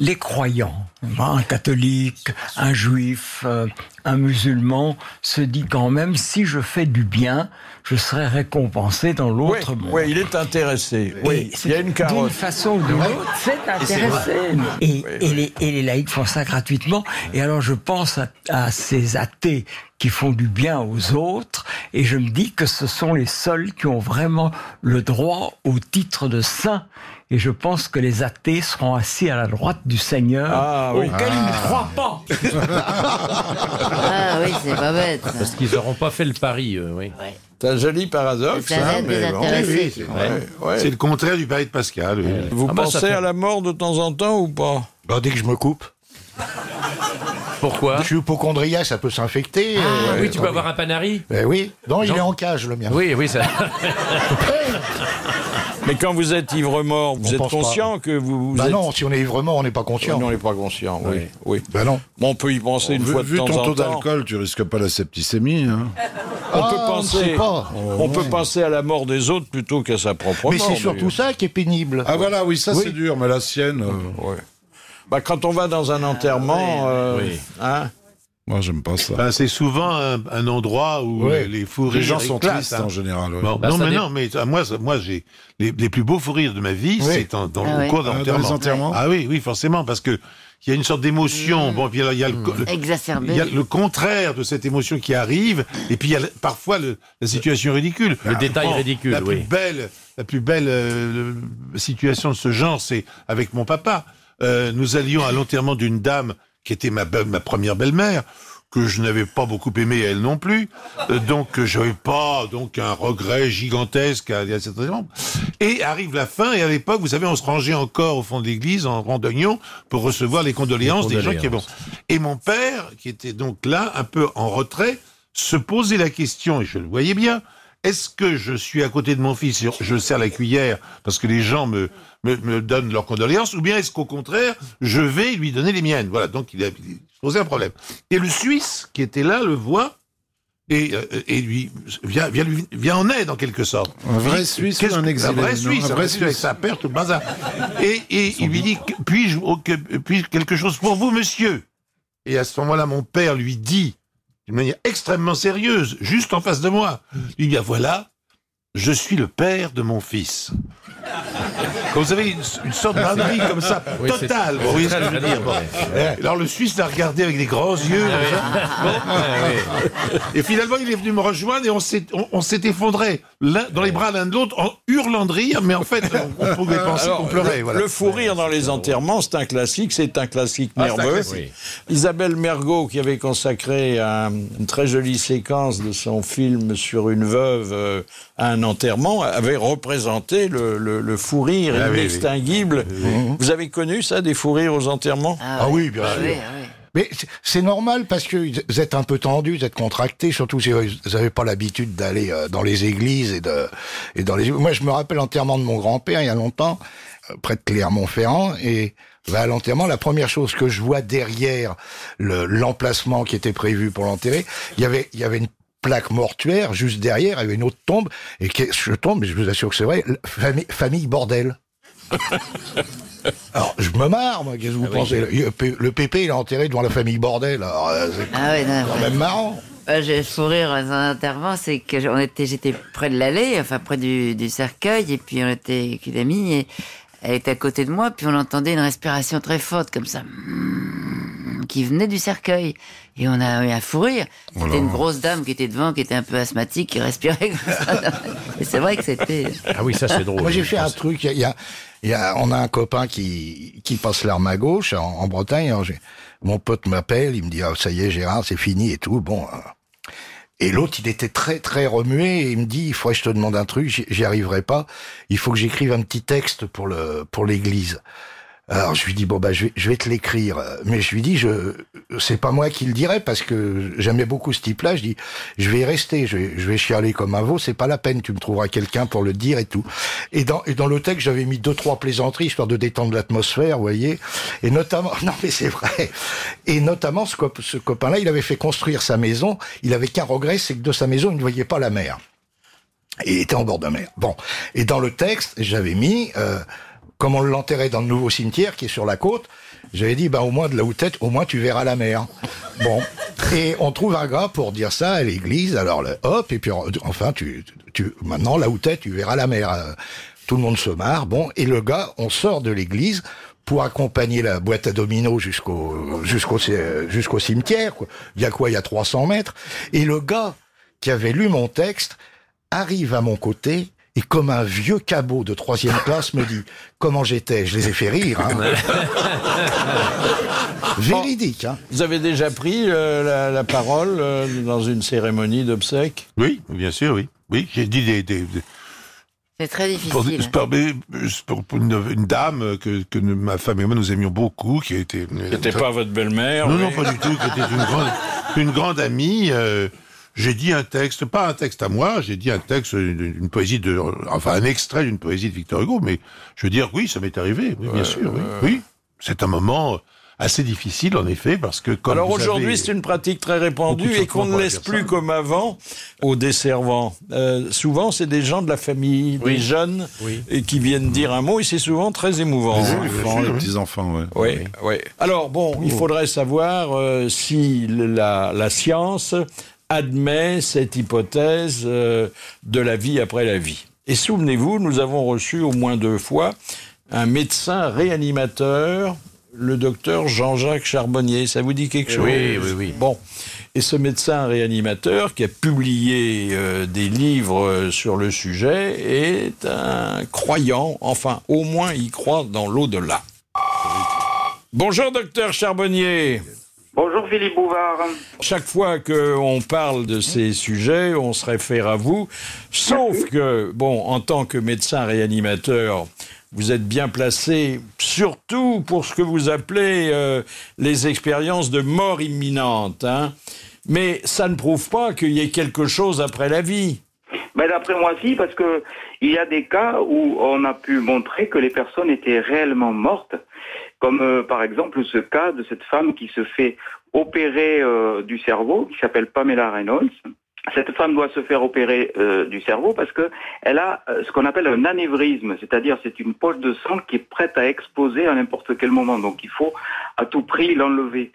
S12: les croyants, un catholique, un juif, euh, un musulman, se dit quand même si je fais du bien, je serai récompensé dans
S2: Oui,
S12: l'autre monde.
S2: oui, il est intéressé. Oui,
S12: Et
S2: il y a
S12: c'est-
S2: une carotte.
S12: D'une façon ou d'une autre, Oh, c'est intéressé. Et, et les, et les laïcs font ça gratuitement. Et alors je pense à, à ces athées qui font du bien aux autres, et je me dis que ce sont les seuls qui ont vraiment le droit au titre de saint. Et je pense que les athées seront assis à la droite du Seigneur,
S2: Ah, oui.
S12: auquel ils ne croient pas.
S7: Ah oui, c'est pas bête. ça.
S9: hein.
S5: Parce qu'ils n'auront pas fait le pari, eux, oui.
S2: C'est un joli paradoxe.
S7: Ça va
S2: hein,
S7: être
S2: mais bon.
S7: désintéressé.
S2: Ouais, ouais.
S4: C'est le contraire du pari de Pascal. oui.
S2: Vous
S5: Ah bah, ça
S2: pensez
S5: fait-
S2: à la mort de temps en temps ou pas
S9: Bah, dès que je me coupe.
S5: Pourquoi
S9: Je suis hypochondriaque, ça peut s'infecter.
S5: Ah,
S9: euh,
S5: Oui, tu peux avoir un panari.
S9: Eh oui. Non, il
S5: Non.
S9: est en cage, le mien.
S5: Oui, oui, ça.
S2: Mais quand vous êtes ivre-mort, vous
S9: On
S2: êtes
S9: pense pas.
S2: conscient que vous, vous
S9: Bah
S2: êtes...
S9: non, si on est ivrement, on n'est pas conscient.
S2: Non, on n'est pas conscient, oui. oui.
S9: Bah non.
S2: Bon, on peut y penser une
S6: Vu,
S2: fois de
S6: vu
S2: temps
S6: ton
S2: en
S6: taux
S2: temps.
S6: d'alcool, tu risques pas la septicémie. Hein.
S2: On
S9: Ah,
S2: peut
S9: on ne sait
S2: penser,
S9: pas.
S2: on peut Oh, penser à la mort des autres plutôt qu'à sa propre
S9: Mais
S2: mort.
S9: c'est surtout
S2: d'ailleurs.
S9: ça qui est pénible.
S6: Ah voilà, oui, ça
S9: Oui.
S6: c'est dur, mais la sienne, euh,
S2: Ouais. Bah, quand on va dans un enterrement, euh,
S5: Oui.
S2: hein,
S6: moi j'aime pas ça.
S4: Ben, c'est souvent un, un endroit où
S9: Ouais.
S4: euh, les fous
S6: Les
S4: rires
S6: gens sont
S4: éclatent,
S6: tristes
S4: hein.
S6: en général. ouais.
S4: Bon,
S5: Bah,
S4: non,
S5: ça
S4: mais
S5: dé-
S4: non, mais euh, moi, ça- moi j'ai les, les plus beaux fous rires de ma vie,
S9: Oui.
S4: c'est en- dans
S7: Ah
S4: le
S7: ouais.
S4: cours
S6: Ah, dans les
S4: d'enterrement.
S6: enterrements.
S4: Ah oui, oui, forcément, parce que il y a une sorte d'émotion.
S5: Mm.
S4: Bon, puis il y a- il y a le, co- le-
S7: Exacerbé.
S4: il y a le contraire de cette émotion qui arrive, et puis il y a le- parfois le- la situation ridicule.
S5: Le
S4: Ah,
S5: détail
S4: bon,
S5: ridicule,
S4: la
S5: oui.
S4: Plus belle, la plus belle euh, le- situation de ce genre, c'est avec mon papa. Euh, nous allions à l'enterrement d'une dame qui était ma, be- ma première belle-mère, que je n'avais pas beaucoup aimé elle non plus. Euh, donc, euh, j'avais pas donc un regret gigantesque à, à cet moment. Et arrive la fin, et à l'époque, vous savez, on se rangeait encore au fond de l'église, en randonnion, pour recevoir les condoléances,
S13: Les
S4: des gens qui avaient...
S13: condoléances.
S4: Et mon père, qui était donc là, un peu en retrait, se posait la question, et je le voyais bien, est-ce que je suis à côté de mon fils et je sers la cuillère parce que les gens me, me, me donnent leurs condoléances, ou bien est-ce qu'au contraire, je vais lui donner les miennes Voilà, donc il, a, il se posait un problème. Et le Suisse, qui était là, le voit, et, euh, et lui vient, vient, lui- vient en aide en quelque sorte.
S6: Un vrai
S4: Il-
S6: Suisse ou
S4: qu'est-ce
S6: un
S4: que-
S6: exilé,
S4: Un vrai
S6: non,
S4: Suisse, un vrai Suisse avec sa perte, tout le bazar. Et, et il lui dit que- puis-je oh, que- puis-je quelque chose pour vous, monsieur Et à ce moment-là, mon père lui dit, d'une manière extrêmement sérieuse, juste en face de moi, il dit Ah, voilà, je suis le père de mon fils. Quand vous avez une, une sorte d'indrie comme ça,
S13: Oui, c'est-
S4: totale, vous
S13: c'est
S4: voyez ce
S13: très,
S4: que je veux
S13: très
S4: dire.
S13: drôle,
S4: bon.
S13: ouais, ouais.
S4: Eh, Alors le Suisse l'a regardé avec des grands
S2: Ah
S4: yeux. Et finalement, il est venu me rejoindre et on s'est, on, on s'est effondré l'un dans les bras l'un de l'autre en hurlant de rire, mais en fait, on, on pouvait penser
S2: Alors,
S4: qu'on pleurait.
S2: le,
S4: voilà.
S2: le fou rire dans les enterrements, c'est un classique, c'est un classique
S4: Ah, c'est un
S2: nerveux.
S4: classique.
S2: Isabelle Mergot, qui avait consacré un- une très jolie séquence de son film sur une veuve euh, à un enterrement, avait représenté le, le- le fou rire
S4: Ah oui, oui.
S2: inextinguible. Vous avez connu ça, des fous rires aux enterrements
S9: Ah oui, bien sûr. Mais c'est- c'est normal parce que vous êtes un peu tendu, vous êtes contracté, surtout si vous n'avez pas l'habitude d'aller euh, dans les églises et, de, et dans les. Moi, je me rappelle l'enterrement de mon grand-père il y a longtemps, euh, près de Clermont-Ferrand, et bah, à l'enterrement, la première chose que je vois derrière le- l'emplacement qui était prévu pour l'enterrer, il y avait, il y avait une plaque mortuaire juste derrière, il y avait une autre tombe, et que- je tombe, mais je vous assure que c'est vrai, la famille, famille bordel. Alors, je me marre, moi, qu'est-ce que vous pensez le, P- le PP, il est enterré devant la famille Bordel, alors euh, c'est
S7: Ah ouais, non,
S9: quand
S7: ouais.
S9: même marrant.
S7: Bah, J'ai le sourire dans un intervention, c'est que j'- on était, j'étais près de l'allée, enfin près du, du cercueil, et puis on était avec une amie, et elle était à côté de moi, puis on entendait une respiration très forte, comme ça, mm, qui venait du cercueil. Et on a eu un fou rire. C'était une grosse dame qui était devant, qui était un peu asthmatique, qui respirait comme ça. Et c'est vrai que c'était.
S9: Moi, j'ai fait un truc. il y a- il y a- il y a- on a un copain qui, qui passe l'arme à gauche en, en Bretagne. alors j'ai- mon pote m'appelle, il me dit Ah, ça y est, Gérard, c'est fini et tout. Bon. euh. Et l'autre, il était très, très remué. Et il me dit Il faudrait que je te demande un truc, j'y- j'y arriverai pas. Il faut que j'écrive un petit texte pour le pour l'église. Alors je lui dis bon bah je vais, je vais te l'écrire, mais je lui dis je c'est pas moi qui le dirai parce que j'aimais beaucoup ce type-là. Je dis je vais y rester, je vais, je vais chialer comme un veau, c'est pas la peine, tu me trouveras quelqu'un pour le dire et tout. Et dans et dans le texte j'avais mis deux trois plaisanteries histoire de détendre l'atmosphère, vous voyez. Et notamment non mais c'est vrai. Et notamment ce, cop- ce copain-là il avait fait construire sa maison. Il avait qu'un regret, c'est que de sa maison il ne voyait pas la mer. Et il était en bord de mer. Bon. Et dans le texte, j'avais mis, euh, comme on l'enterrait dans le nouveau cimetière qui est sur la côte, j'avais dit, ben, au moins de la haute tête, au moins tu verras la mer. Bon. Et on trouve un gars pour dire ça à l'église. Alors, le, hop, et puis, en- enfin, tu, tu, maintenant, là où tête, tu verras la mer. Euh, Tout le monde se marre. Bon. Et le gars, on sort de l'église pour accompagner la boîte à dominos jusqu'au, jusqu'au, cé- jusqu'au cimetière, quoi. Il y a quoi? Il y a 300 mètres. Et le gars qui avait lu mon texte, arrive à mon côté et comme un vieux cabot de troisième classe me dit comment j'étais, je les ai fait rire. hein. Véridique. Hein.
S2: Vous avez déjà pris euh, la, la parole euh, dans une cérémonie d'obsèques
S4: Oui, bien sûr, oui. Oui, j'ai dit des- des- des,
S7: C'est très
S4: Pour-
S7: difficile. hein.
S4: pour- pour- pour une, une dame que, que nous- ma femme et moi nous aimions beaucoup, qui était.
S2: C'était pas votre belle-mère
S4: Non,
S2: oui.
S4: non, pas du tout, qui était une grande, une grande amie. euh, j'ai dit un texte, pas un texte à moi, j'ai dit un texte, une, une poésie de. Enfin, un extrait d'une poésie de Victor Hugo, mais je veux dire, oui, ça m'est arrivé, oui, bien
S2: Ouais,
S4: sûr, oui.
S2: ouais.
S4: oui. C'est un moment assez difficile, en effet, parce que comme.
S2: Alors
S4: vous avez-
S2: aujourd'hui, c'est une pratique très
S4: beaucoup de
S2: répandue et
S4: sentiments
S2: qu'on
S4: pour
S2: ne
S4: la
S2: laisse plus
S4: personne.
S2: comme avant aux desservants. Euh, souvent, c'est des gens de la famille, des jeunes, et qui viennent dire un mot et c'est souvent très émouvant. hein.
S6: les petits-enfants, ouais.
S2: Oui, oui. Alors bon, il faudrait savoir euh, si la, la science admet cette hypothèse euh, de la vie après la vie. Et souvenez-vous, nous avons reçu au moins deux fois un médecin réanimateur, le docteur Jean-Jacques Charbonnier. Ça vous dit quelque chose
S5: Oui, oui, oui.
S2: Bon. Et ce médecin réanimateur qui a publié euh, des livres euh, sur le sujet est un croyant, enfin au moins il croit dans l'au-delà. Bonjour docteur Charbonnier.
S8: Bonjour Philippe Bouvard.
S2: Chaque fois qu'on parle de ces sujets, on se réfère à vous. Sauf que, bon, en tant que médecin réanimateur, vous êtes bien placé, surtout pour ce que vous appelez euh, les expériences de mort imminente. hein. Mais ça ne prouve pas qu'il y ait quelque chose après la vie.
S13: Mais Ben, d'après moi, si, parce que il y a des cas où on a pu montrer que les personnes étaient réellement mortes, comme euh, par exemple ce cas de cette femme qui se fait opérer euh, du cerveau, qui s'appelle Pamela Reynolds. Cette femme doit se faire opérer euh, du cerveau parce que elle a euh, ce qu'on appelle un anévrisme, c'est-à-dire c'est une poche de sang qui est prête à exploser à n'importe quel moment. Donc il faut à tout prix l'enlever.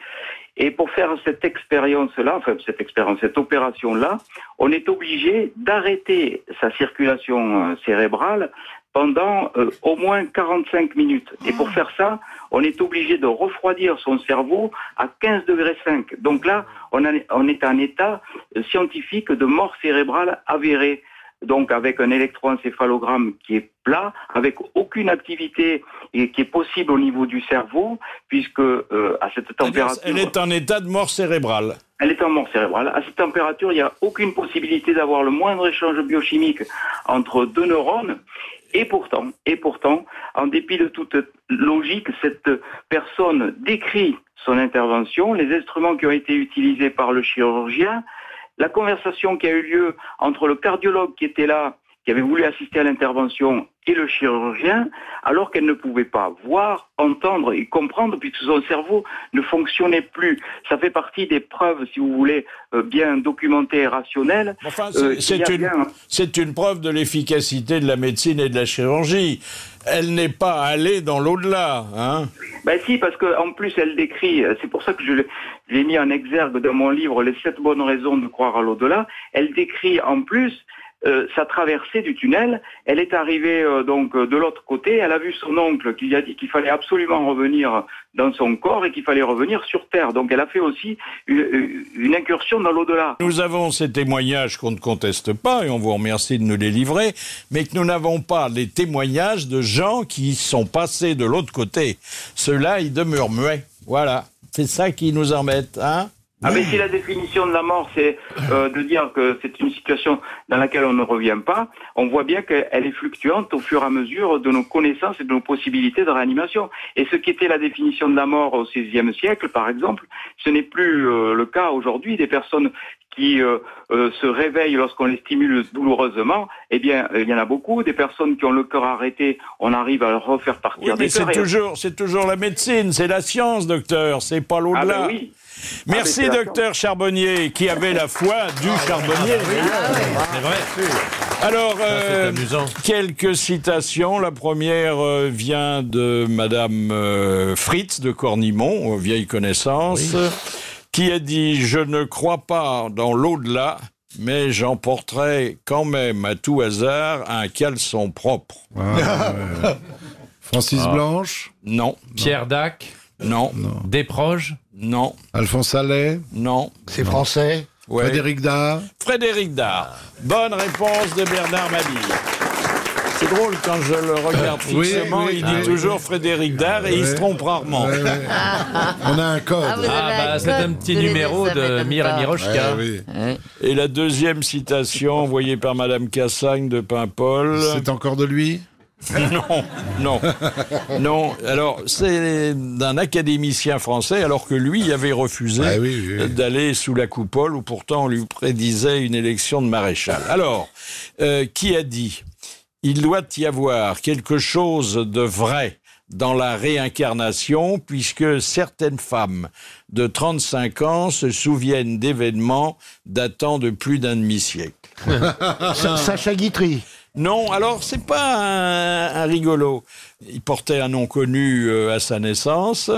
S13: Et pour faire cette expérience-là, enfin cette expérience, cette opération-là, on est obligé d'arrêter sa circulation euh, cérébrale pendant euh, au moins 45 minutes. Et pour faire ça, on est obligé de refroidir son cerveau à 15 degrés 5. Donc là, on, a- on est en état euh, scientifique de mort cérébrale avérée. Donc avec un électroencéphalogramme qui est plat, avec aucune activité et qui est possible au niveau du cerveau, puisque euh, à cette température...
S2: Elle est en état de mort cérébrale.
S13: Elle est en mort cérébrale. À cette température, il n'y a aucune possibilité d'avoir le moindre échange biochimique entre deux neurones. Et pourtant, et pourtant, en dépit de toute logique, cette personne décrit son intervention, les instruments qui ont été utilisés par le chirurgien, la conversation qui a eu lieu entre le cardiologue qui était là, qui avait voulu assister à l'intervention, et le chirurgien, alors qu'elle ne pouvait pas voir, entendre et comprendre, puisque son cerveau ne fonctionnait plus. Ça fait partie des preuves, si vous voulez, euh, bien documentées et rationnelles.
S2: Enfin,
S13: euh,
S2: Ah, c'est-
S13: qu'il
S2: c'est
S13: y a
S2: une,
S13: bien-
S2: c'est une preuve de l'efficacité de la médecine et de la chirurgie. Elle n'est pas allée dans l'au-delà. Hein
S13: Ben si, parce qu'en plus elle décrit, euh, c'est pour ça que je l'ai- je l'ai mis en exergue dans mon livre Les sept bonnes raisons de croire à l'au-delà, elle décrit en plus euh, sa traversée du tunnel, elle est arrivée euh, donc euh, de l'autre côté, elle a vu son oncle qui lui a dit qu'il fallait absolument revenir dans son corps et qu'il fallait revenir sur Terre. Donc elle a fait aussi une- une incursion dans l'au-delà.
S2: Nous avons ces témoignages qu'on ne conteste pas, et on vous remercie de nous les livrer, mais que nous n'avons pas les témoignages de gens qui sont passés de l'autre côté. Ceux-là, ils demeurent muets. Voilà. C'est ça qui nous embête. Hein
S13: Ah mais si la définition de la mort c'est euh, de dire que c'est une situation dans laquelle on ne revient pas, on voit bien qu'elle est fluctuante au fur et à mesure de nos connaissances et de nos possibilités de réanimation. Et ce qui était la définition de la mort au XVIe siècle, par exemple, ce n'est plus euh, le cas aujourd'hui des personnes qui euh, euh, se réveillent lorsqu'on les stimule douloureusement, eh bien, euh, il y en a beaucoup. Des personnes qui ont le cœur arrêté, on arrive à leur refaire partir
S2: Oui,
S13: des
S2: mais c'est
S13: cœurs et-
S2: toujours, c'est toujours la médecine, c'est la science, docteur, c'est pas l'au-delà.
S13: Ah ben oui.
S2: Merci,
S13: Ah ben c'est la
S2: docteur Charbonnier, qui avait la foi du charbonnier.
S5: Ah,
S2: Alors, euh, quelques citations. La première euh, vient de Madame euh, Fritz de Cornimont, euh, vieille connaissance, qui a dit Je ne crois pas dans l'au-delà, mais j'emporterai quand même à tout hasard un caleçon propre.
S6: Ah, Francis
S2: Ah.
S6: Blanche
S2: Non. Pierre Dac Non. Desproges Non.
S6: Alphonse Allais
S2: Non.
S6: C'est français
S2: Ouais.
S6: Frédéric Dard
S2: Frédéric Dard. Bonne réponse de Bernard Mabille. C'est drôle quand je le regarde
S6: Oui,
S2: fixement,
S6: oui,
S2: il
S6: ah
S2: dit
S6: oui.
S2: toujours Frédéric Dard et il se trompe rarement.
S6: On a un code.
S2: Ah, vous avez Ah, un bah, c'est code un petit de numéro l'Élysée, de ça m'étonne Mireille pas. Mirochka.
S6: Ouais, oui.
S2: Et la deuxième citation envoyée par Madame Cassagne de Paimpol.
S6: C'est encore de lui
S2: non, non, non. Alors, c'est d'un académicien français, alors que lui avait refusé d'aller sous la coupole, où pourtant on lui prédisait une élection de maréchal. Alors, euh, qui a dit Il doit y avoir quelque chose de vrai dans la réincarnation, puisque certaines femmes de 35 ans se souviennent d'événements datant de plus d'un demi-siècle.
S14: Sa- Sacha Guitry.
S2: Non, alors c'est pas un, un rigolo. Il portait un nom connu euh, à sa naissance.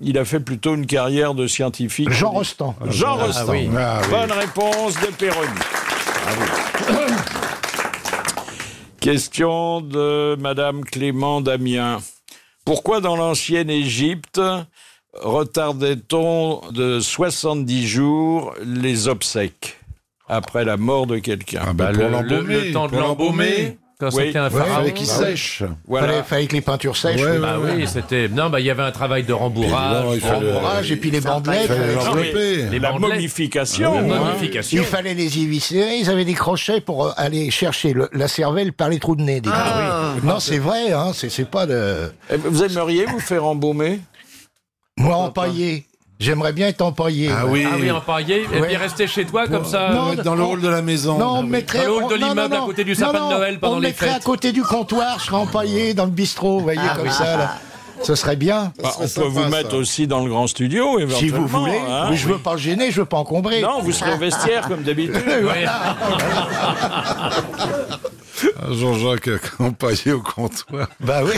S2: Il a fait plutôt une carrière de scientifique.
S14: Jean Rostand.
S2: Jean
S14: Ah
S2: Rostand.
S14: oui. Ah oui.
S2: Bonne réponse de Perroni. Ah Question de Madame Clément Damien. Pourquoi dans l'ancienne Égypte retardait-on de 70 jours les obsèques après la mort de quelqu'un
S5: bah, Pour le- le- l'embaumer. le temps de Pour l'embaumer. l'embaumer. quand c'était un pharaon.
S9: Fallait, fallait que les peintures sèches.
S5: Ouais,
S9: oui.
S5: bah oui, c'était. Non, bah il y avait un travail de rembourrage.
S9: Il fallait- Rembourrage, et puis les bandelettes, il fallait
S5: Non, mais
S9: l'envelopper.
S5: euh, les
S9: La
S5: bandelettes.
S2: momification,
S5: La
S9: hein.
S5: momification.
S9: Il fallait les éviscérer, ils avaient des crochets pour euh, aller chercher le- la cervelle par les trous de nez. des
S2: Ah
S9: fois.
S2: oui.
S9: Non, c'est vrai, hein, c'est c'est pas de...
S2: Vous aimeriez vous faire embaumer
S9: Moi, empaillé. J'aimerais bien être empaillé.
S5: Ah oui, empaillé. Et
S9: Ouais.
S5: puis rester chez toi comme ça. euh,
S9: Non, Dans le on- hall de la
S6: maison.
S9: euh, Non, on me mettrait
S5: Ah Dans le hall de
S9: on- non,
S5: l'immeuble
S9: non,
S5: à
S9: non.
S5: côté du
S9: Non,
S5: sapin
S9: non,
S5: de Noël pendant
S9: on me
S5: les
S9: mettrait à
S5: fêtes.
S9: côté du comptoir, je serais empaillé dans le bistrot, vous voyez,
S5: Ah
S9: comme
S5: oui.
S9: ça, là. Ce serait bien.
S2: Bah, On peut vous mettre aussi dans le grand studio, éventuellement.
S9: Si vous voulez.
S2: hein.
S9: mais je veux pas gêner, je veux pas encombrer.
S2: Non, vous serez au vestiaire comme d'habitude.
S9: Voilà.
S6: Ah,
S4: Jean-Jacques accompagné au comptoir. Bah oui.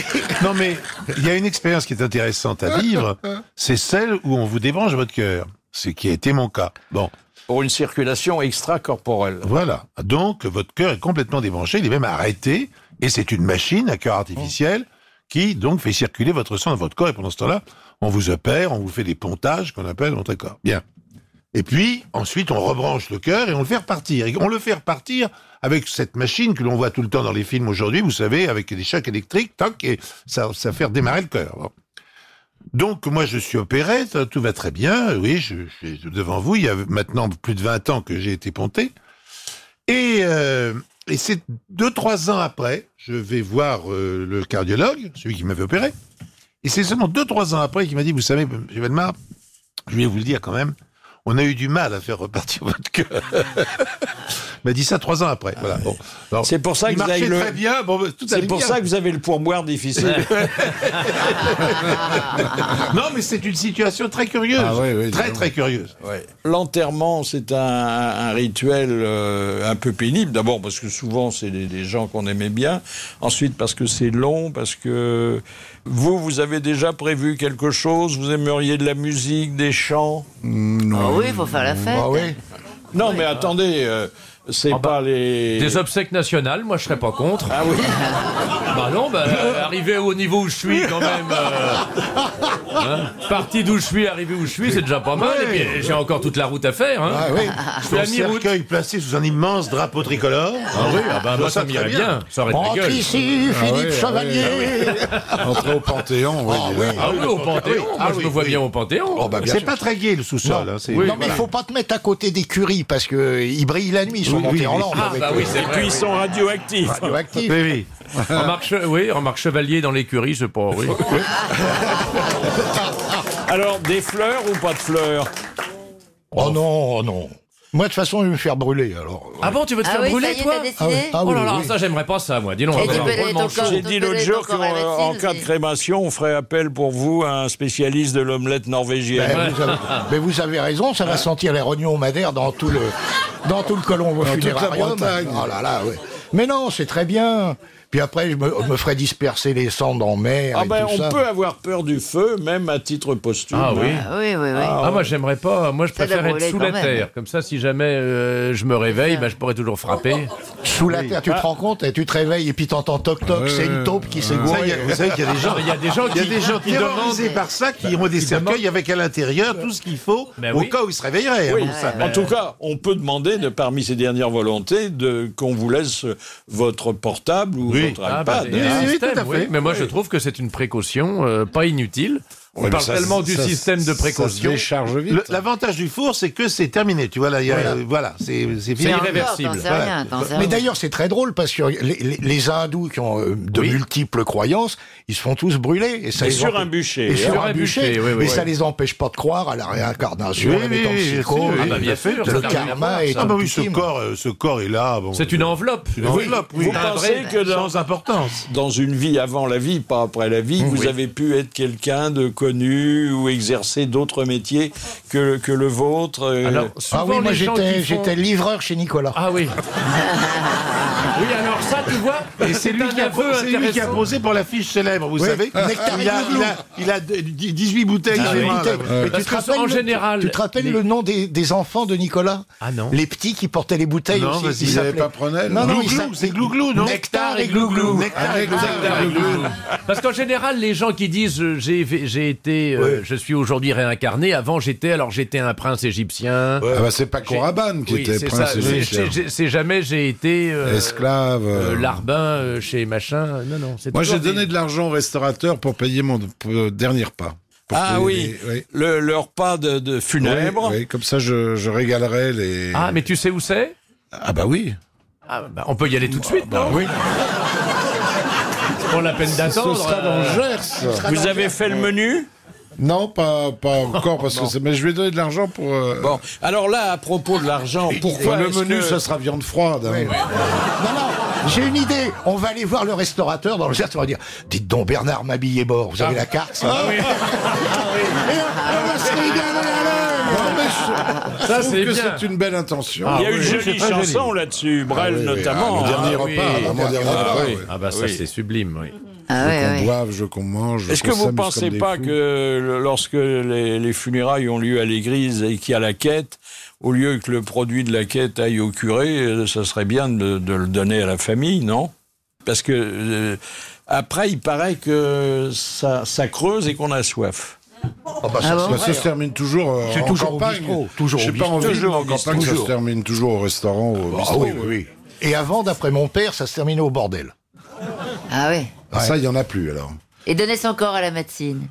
S4: Non mais il y a une expérience qui est intéressante à vivre. C'est celle où on vous débranche votre cœur. Ce qui a été mon cas. Bon.
S2: Pour une circulation extracorporelle.
S4: Voilà. Donc votre cœur est complètement débranché. Il est même arrêté. Et c'est une machine à cœur artificiel qui donc fait circuler votre sang dans votre corps. Et pendant ce temps-là, on vous opère, on vous fait des pontages qu'on appelle dans votre corps. Bien. Et puis, ensuite, on rebranche le cœur et on le fait repartir. Et on le fait repartir avec cette machine que l'on voit tout le temps dans les films aujourd'hui, vous savez, avec des chocs électriques, toc, et ça, ça fait redémarrer le cœur. Bon. Donc, moi, je suis opéré, ça, tout va très bien. Oui, je, je suis devant vous, il y a maintenant plus de 20 ans que j'ai été ponté. Et, euh, et c'est deux, trois ans après, je vais voir euh, le cardiologue, celui qui m'avait opéré. Et c'est seulement deux, trois ans après qu'il m'a dit, vous savez, M. Belmar, je vais vous le dire quand même, on a eu du mal à faire repartir votre cœur. Il m'a dit ça trois ans après. Voilà. Bon. Alors,
S2: C'est pour ça
S4: il
S2: que vous
S4: marchait
S2: avez le-
S4: très bien. Bon, bah, tout
S2: C'est
S4: allait
S2: pour
S4: bien.
S2: ça que vous avez le pourboire difficile.
S4: non, mais c'est une situation très curieuse.
S7: Ah
S4: très, très curieuse.
S2: L'enterrement, c'est un, un rituel euh, un peu pénible. D'abord parce que souvent, c'est des, des gens qu'on aimait bien. Ensuite, parce que c'est long, parce que vous, vous avez déjà prévu quelque chose. Vous aimeriez de la musique, des chants.
S7: non. Ah oui, faut faire la fête. Ah oui.
S2: Non, mais attendez, euh, c'est pas les.
S5: Ah bah, Des obsèques nationales, moi je serais pas contre.
S2: Ah oui
S5: Bah non, bah euh, arriver au niveau où je suis quand même. euh, hein, parti d'où je suis, arrivé où je suis, c'est déjà pas mal.
S4: Ouais.
S5: Et puis j'ai encore toute la route à faire. Hein.
S4: Ah oui,
S5: Je fais
S4: un
S5: la mi-route.
S4: cercueil placé sous un immense drapeau tricolore.
S5: Ah oui, ah bah, moi, ça m'irait
S4: m'irait
S5: bien. Ça aurait de la Entre gueule. ici, Ah Philippe oui, ah Chevalier. oui,
S6: Entrer au Panthéon, oui.
S5: Ah oui, au Panthéon. Moi, je me vois bien au Panthéon.
S4: c'est pas très gai le sous-sol. hein, c'est-
S9: non, mais il faut pas te mettre à côté des curies parce que euh, ils brillent la nuit, ils sont
S5: Oui,
S9: montés
S5: oui,
S9: en
S5: oui.
S9: lampe.
S5: Ah,
S9: avec
S5: bah
S9: eux.
S5: oui, c'est vrai,
S2: Puis ils sont radioactifs.
S9: Radioactifs.
S4: Oui,
S5: oui. Remarque, che- oui, remarque chevalier dans l'écurie, je pense. Oui.
S7: Ah.
S2: Alors, des fleurs ou pas de fleurs
S9: Oh non, oh non. Moi, de toute façon, je vais me faire brûler, alors.
S5: Ah bon, tu veux te
S9: Ah
S5: faire
S9: oui, ça
S5: brûler,
S9: y est,
S5: toi
S9: t'as décidé Ah oui, ah
S5: Oh là
S9: oui,
S5: là,
S9: oui.
S5: ça, j'aimerais pas ça, moi. Dis donc,
S2: Et
S5: on va
S2: tu
S5: faire
S2: peux
S5: un drôlement chaud.
S2: J'ai dit l'autre jour qu'en cas de crémation, on ferait appel pour vous à un spécialiste de l'omelette norvégienne.
S9: Ben, vous avez- mais vous avez raison, ça va sentir les rognons au Madère dans tout le, dans tout le colon
S6: Dans toute
S9: funérarium.
S6: la Bretagne.
S9: Oh là là, ouais. Mais non, c'est très bien. Puis après, je me, je me ferai disperser les cendres en mer.
S2: Ah
S9: et
S2: ben,
S9: tout
S2: on
S9: ça.
S2: peut avoir peur du feu, même à titre posthume.
S5: Ah oui. Ah
S7: oui, oui.
S5: Ah, moi j'aimerais pas, moi je
S2: Ça
S5: préfère
S2: doit
S5: être
S2: brûler
S5: sous
S2: quand
S5: la
S2: même.
S5: terre, comme ça si jamais euh, je me réveille, bah, je pourrais toujours
S2: Oh,
S5: frapper.
S9: Sous la terre, tu te rends compte, et tu te réveilles, et puis t'entends toc toc, c'est une taupe qui
S4: Ça,
S9: s'est
S4: il y
S9: gourée.
S4: a- Vous savez qu'il y a des gens,
S5: Il y a des gens
S4: il y a
S5: qui-
S4: des gens
S5: qui
S4: terrorisés
S5: demandent-
S4: par ça qui ont des
S5: qui Ben
S4: cercueils avec à l'intérieur tout ce qu'il faut au
S2: oui.
S4: cas où ils se réveilleraient.
S2: Oui.
S4: hein, ça.
S2: En tout cas, on peut demander, de, parmi ces dernières volontés, de, qu'on vous laisse votre portable ou votre
S5: Ah, bah,
S2: iPad.
S5: il y a un
S2: hein.
S5: système, oui. Mais moi je trouve que c'est une précaution euh, pas inutile. On
S4: Ouais, mais
S5: parle
S4: ça,
S5: tellement
S4: ça,
S5: du
S4: ça,
S5: système de
S4: ça se
S5: précaution.
S4: décharge Le- L'avantage du four, c'est que c'est terminé. Tu vois, là, il y a-
S9: Voilà.
S4: euh, voilà, c'est c'est
S9: C'est
S4: fini.
S9: irréversible.
S4: Voilà.
S9: Mais d'ailleurs, c'est très drôle parce que les, les- les hindous qui ont euh, de multiples croyances, ils se font tous brûler. Et, ça
S2: Et
S9: les
S2: sur
S9: empê-
S2: un bûcher. hein.
S9: Et sur
S2: Sur
S9: un
S2: un
S9: bûcher.
S2: bûcher, oui, oui,
S9: mais ça
S2: oui.
S9: les empêche pas de croire à la réincarnation,
S4: Oui,
S9: à la
S4: oui, oui,
S9: métempsychose,
S4: bien sûr.
S9: euh, le-
S4: Ah bah, bien sûr,
S9: le
S4: ça n'a rien à voir,
S9: karma et
S4: ça. Ah bah oui, ce corps, euh, ce corps est là. bon. euh,
S5: C'est une enveloppe.
S4: Une enveloppe, oui.
S2: Vous pensez que dans, dans une vie avant la vie, pas après la vie, vous
S5: oui.
S2: avez pu être quelqu'un de connu ou exercer d'autres métiers que, que le vôtre euh,
S5: Alors,
S9: Ah oui, moi j'étais j'étais livreur chez Nicolas.
S5: Ah oui. Oui, alors ça, tu vois,
S4: Et c'est lui, qui a pro- c'est lui qui a posé pour l'affiche célèbre, vous
S9: Oui. Ah.
S4: savez.
S9: Nectarine
S4: Il a,
S9: Gouglou.
S4: il a- il a de- dix- 18 bouteilles.
S9: Ah
S4: chez
S9: oui.
S4: moi, là. Euh,
S9: Mais
S4: Parce
S9: tu te
S4: que
S9: rappelles
S4: en
S9: le-
S4: général,
S9: Tu te rappelles
S4: les-
S9: le nom des, des enfants de Nicolas
S5: Ah non.
S9: Les petits qui portaient les bouteilles
S4: Non,
S9: aussi.
S4: vas-y,
S9: ils
S4: il avait
S9: s'appelaient-
S4: pas Pronel.
S9: Non, non,
S4: Glouglou,
S9: ils s'appelaient-
S4: c'est Glouglou, non
S9: Nectar et Glouglou.
S4: Nectar et Glouglou.
S5: Parce qu'en général, les gens qui disent euh, j'ai j'ai été, euh, je suis aujourd'hui réincarné. Avant, j'étais alors j'étais un prince égyptien.
S6: Ah bah, c'est pas Coraban qui
S5: Oui,
S6: était
S5: c'est
S6: prince
S5: ça, j'ai-
S6: égyptien.
S5: j'ai- j'ai- C'est jamais j'ai été. euh,
S6: Est-ce esclaves.
S5: Euh,
S6: euh.
S5: Larbin, euh, chez machin. Non, non. c'est
S6: Moi,
S5: toujours
S6: j'ai
S5: des-
S6: donné de l'argent au restaurateur pour payer mon euh, dernier pas. Pour
S2: Ah
S6: payer
S2: oui,
S6: les- oui.
S2: Le, le repas de, de funèbre.
S6: Oui, oui, comme ça, je, je régalerai les.
S5: Ah, mais tu sais où c'est
S6: Ah, bah oui.
S5: Ah, bah, On peut y aller tout de suite, non
S6: bah oui.
S5: C'est Pour la peine d'attendre.
S6: Ce sera dans
S5: euh,
S6: le Gers.
S2: Vous avez fait le menu
S6: Non, pas, pas encore, parce
S2: Bon.
S6: que c'est- mais je lui ai donné de l'argent pour. euh,
S2: Bon, alors là, à propos de l'argent, pourquoi
S6: Enfin, le
S2: est-ce
S6: menu,
S2: que-
S6: ce sera viande froide. hein.
S14: Non, non, j'ai une idée. On va aller voir le restaurateur dans le Gers. On va dire Dites donc, Bernard Mabille est mort. Vous avez la carte, ça
S6: Ah oui.
S5: Ah
S6: Non, mais
S5: Ça,
S6: je- je trouve
S5: c'est
S6: que
S5: bien.
S6: c'est une belle intention. Ah
S2: Il y a une jolie chanson là-dessus, Brel
S6: oui, oui.
S2: notamment.
S6: Ah, le dernier
S2: Ah
S6: repas,
S2: oui.
S6: vraiment,
S2: Ah,
S6: dernier repas,
S2: oui.
S6: oui.
S5: Ah, bah ça,
S2: Oui.
S5: c'est sublime, oui.
S7: Ah
S6: Je
S7: ouais,
S6: qu'on
S7: ouais.
S6: boive, je qu'on mange. je
S2: Est-ce
S6: qu'on
S2: que vous
S6: s'amuse
S2: pensez
S6: comme des
S2: pas
S6: fous.
S2: que le- lorsque les, les funérailles ont lieu à l'église et qu'il y a la quête, au lieu que le produit de la quête aille au curé, euh, ça serait bien de, de le donner à la famille, non Parce que euh, après, il paraît que ça, ça creuse et qu'on a soif.
S14: bah, ça, Ah bon
S6: Bah, ça se termine toujours euh,
S14: C'est
S6: en
S14: toujours au
S6: campagne.
S14: bistrot, toujours
S6: Je
S14: au
S6: sais pas, en
S14: bistrot.
S6: ville,
S14: Toujours
S6: mais en
S14: au
S6: campagne,
S14: bistrot.
S6: ça se termine toujours au restaurant, au
S14: Ah
S6: bistrot.
S14: oui, oui, oui. Et avant, d'après mon père, ça se terminait au bordel.
S7: Ah ouais.
S6: Ah, Ça, il n'y en a plus, alors.
S7: Et donner son corps à la médecine.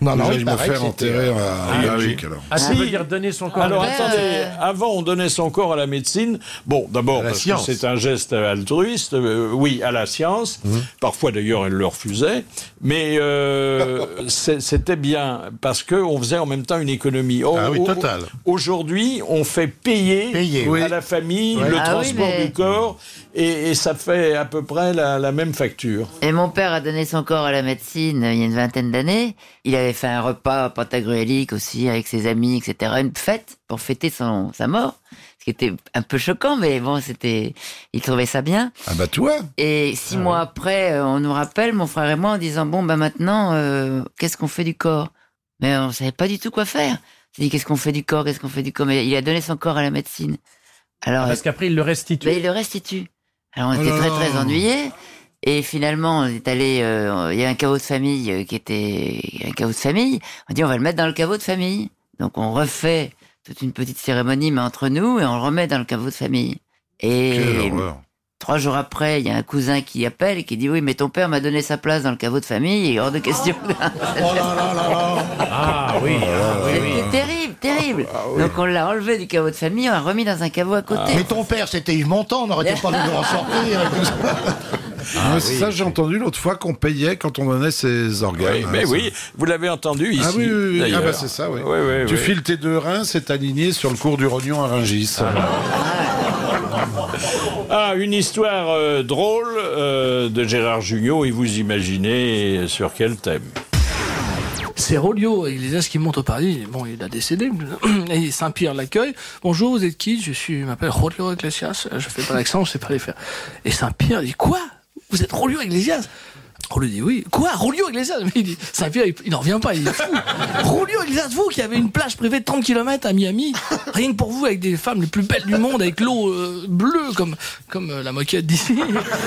S14: Non, non,
S6: Vous
S14: il
S6: allez me
S14: paraît
S6: faire
S14: que c'était-
S6: enterrer en Belgique, euh, alors.
S5: euh, Ah, ça
S7: oui.
S5: veut dire donner son corps. Ah, ben,
S2: Alors
S7: Ouais,
S2: attendez,
S7: euh.
S2: avant on donnait son corps à la médecine. Bon, d'abord parce
S4: science.
S2: que c'est un geste altruiste, euh, oui, à la science.
S6: Mhm.
S2: Parfois d'ailleurs elle le refusait, mais euh, c'est- c'était bien parce que on faisait en même temps une économie. Or,
S4: Ah oui,
S2: au-
S4: total.
S2: Aujourd'hui, on fait payer,
S14: Payer,
S2: à
S14: oui.
S2: la famille
S7: Ouais.
S2: le
S7: Ah oui,
S2: transport
S7: mais-
S2: du corps et, et ça fait à peu près la, la même facture.
S7: Et mon père a donné son corps à la médecine euh, il y a une vingtaine d'années. Il avait fait un repas pantagruélique aussi avec ses amis, etc. Une fête pour fêter son, sa mort. Ce qui était un peu choquant, mais bon, c'était, il trouvait ça bien.
S6: Ah bah toi
S7: Et six
S2: Ah
S7: mois après, euh, on nous rappelle, mon frère et moi, en disant, bon, ben maintenant, euh, qu'est-ce qu'on fait du corps? Mais on savait pas du tout quoi faire. On s'est dit, qu'est-ce qu'on fait du corps? Qu'est-ce qu'on fait du corps? Mais il a donné son corps à la médecine. Alors,
S5: Parce qu'après, Bah, il le restitue.
S7: mais il le restitue. Alors on
S6: Oh
S7: était
S6: là
S7: très
S6: là.
S7: très ennuyés. Et finalement, on est allé. euh, il y a un caveau de famille euh, qui était un caveau de famille. On dit on va le mettre dans le caveau de famille. Donc on refait toute une petite cérémonie mais entre nous et on le remet dans le caveau de famille.
S6: Quelle
S7: Et
S6: horreur.
S7: trois jours après, il y a un cousin qui appelle et qui dit oui mais ton père m'a donné sa place dans le caveau de famille et hors de question.
S5: Oh Ah oui. ah, oui, oui.
S7: C'était terrible, terrible.
S14: Ah,
S7: Donc on l'a enlevé du caveau de famille, on l'a remis dans un caveau à côté.
S14: Mais ton père, c'était Yves Montand. On n'aurait pas dû nous en sortir.
S6: Ouais, c'est Ça, j'ai entendu l'autre fois qu'on payait quand on donnait ses organes.
S2: Oui,
S6: hein,
S2: mais
S6: ça.
S2: oui, vous l'avez entendu ici.
S6: Ah oui, oui, oui. Ah
S2: d'ailleurs.
S6: bah c'est ça, oui.
S2: Oui, oui,
S6: tu
S2: oui.
S6: files tes deux reins, c'est aligné sur le cours du rognon à Ringis.
S2: Ah, une histoire euh, drôle euh, de Gérard Jugnot et vous imaginez sur quel thème
S15: C'est Rolio, et les qui monte au paradis. Bon, il a décédé. Et Saint-Pierre l'accueille. Bonjour, vous êtes qui Je suis, je m'appelle Rolio Iglesias. Je fais pas l'accent, je sais pas les faire. Et Saint-Pierre dit Quoi Vous êtes Rolio Iglesias Rolio dit oui. Quoi Rolio Iglesias Mais il dit, Saint-Pierre, il, il n'en revient pas, il est fou. Rolio Iglesias, vous qui avez une plage privée de 30 km à Miami, rien que pour vous, avec des femmes les plus belles du monde, avec l'eau euh, bleue comme, comme euh, la moquette d'ici,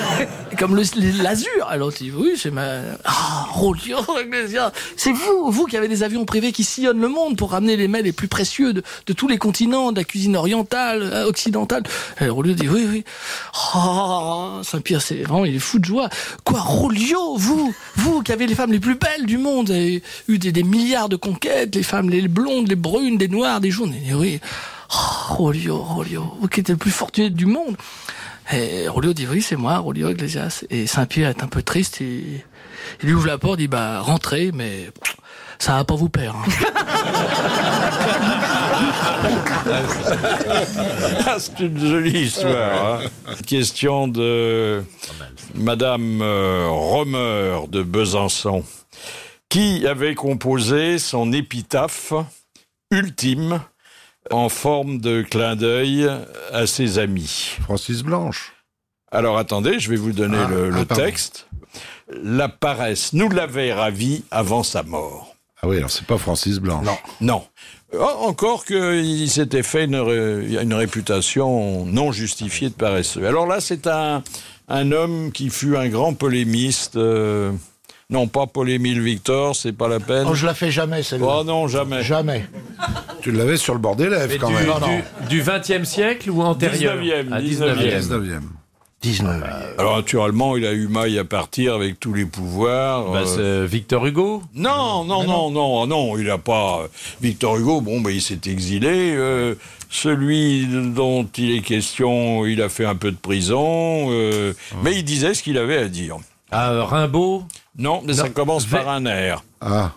S15: comme le- l'azur. Alors il dit, oui, c'est ma... Ah, Rolio Iglesias, c'est vous, vous qui avez des avions privés qui sillonnent le monde pour ramener les mets les plus précieux de, de tous les continents, de la cuisine orientale, euh, occidentale. Et Rolio dit, oui, oui. Ah, Saint-Pierre, c'est vraiment, il est fou de joie. Quoi, Rolio, vous, vous qui avez les femmes les plus belles du monde, avez eu des, des milliards de conquêtes, les femmes, les blondes, les brunes, des noires, des jaunes. Et oui, Ah, Rolio, Rolio, vous qui êtes le plus fortuné du monde. Et Rolio dit, oui, c'est moi, Rolio Iglesias. Et Saint-Pierre est un peu triste, il, il lui ouvre la porte, il dit, bah, rentrez, mais ça va pas vous hein. perdre.
S2: Ah, C'est une jolie histoire. hein. Question de Madame euh, Romer de Besançon. Qui avait composé son épitaphe ultime en forme de clin d'œil à ses amis
S6: Francis Blanche.
S2: Alors attendez, je vais vous donner
S6: Ah,
S2: le,
S6: ah,
S2: le
S6: pardon.
S2: texte. La paresse nous l'avait ravi avant sa mort.
S6: Ah oui, alors c'est pas Francis Blanche. Non.
S2: Non. Oh, encore qu'il s'était fait une, ré- une réputation non justifiée de paresseux. Alors là, c'est un, un homme qui fut un grand polémiste. euh, non, pas polémile Victor, c'est pas la peine.
S14: Oh, je la fais jamais,
S2: Oh
S14: celle-là.
S2: non, jamais.
S14: Jamais.
S6: Tu l'avais sur le bord des lèvres,
S5: Mais
S6: quand
S5: du,
S6: même.
S5: du, du 20e siècle ou antérieur
S2: 19e,
S5: Ah,
S2: 19e.
S6: 19e.
S9: 19
S2: Alors naturellement, il a eu maille à partir avec tous les pouvoirs. euh,
S5: Bah, Victor Hugo
S2: Non, non, non, non, non, il n'a pas. euh, Victor Hugo, bon, bah, il s'est exilé. euh, celui dont il est question, il a fait un peu de prison, euh, mais il disait ce qu'il avait à dire.
S5: Ah, Rimbaud
S2: Non, mais ça commence par un R.
S9: Ah,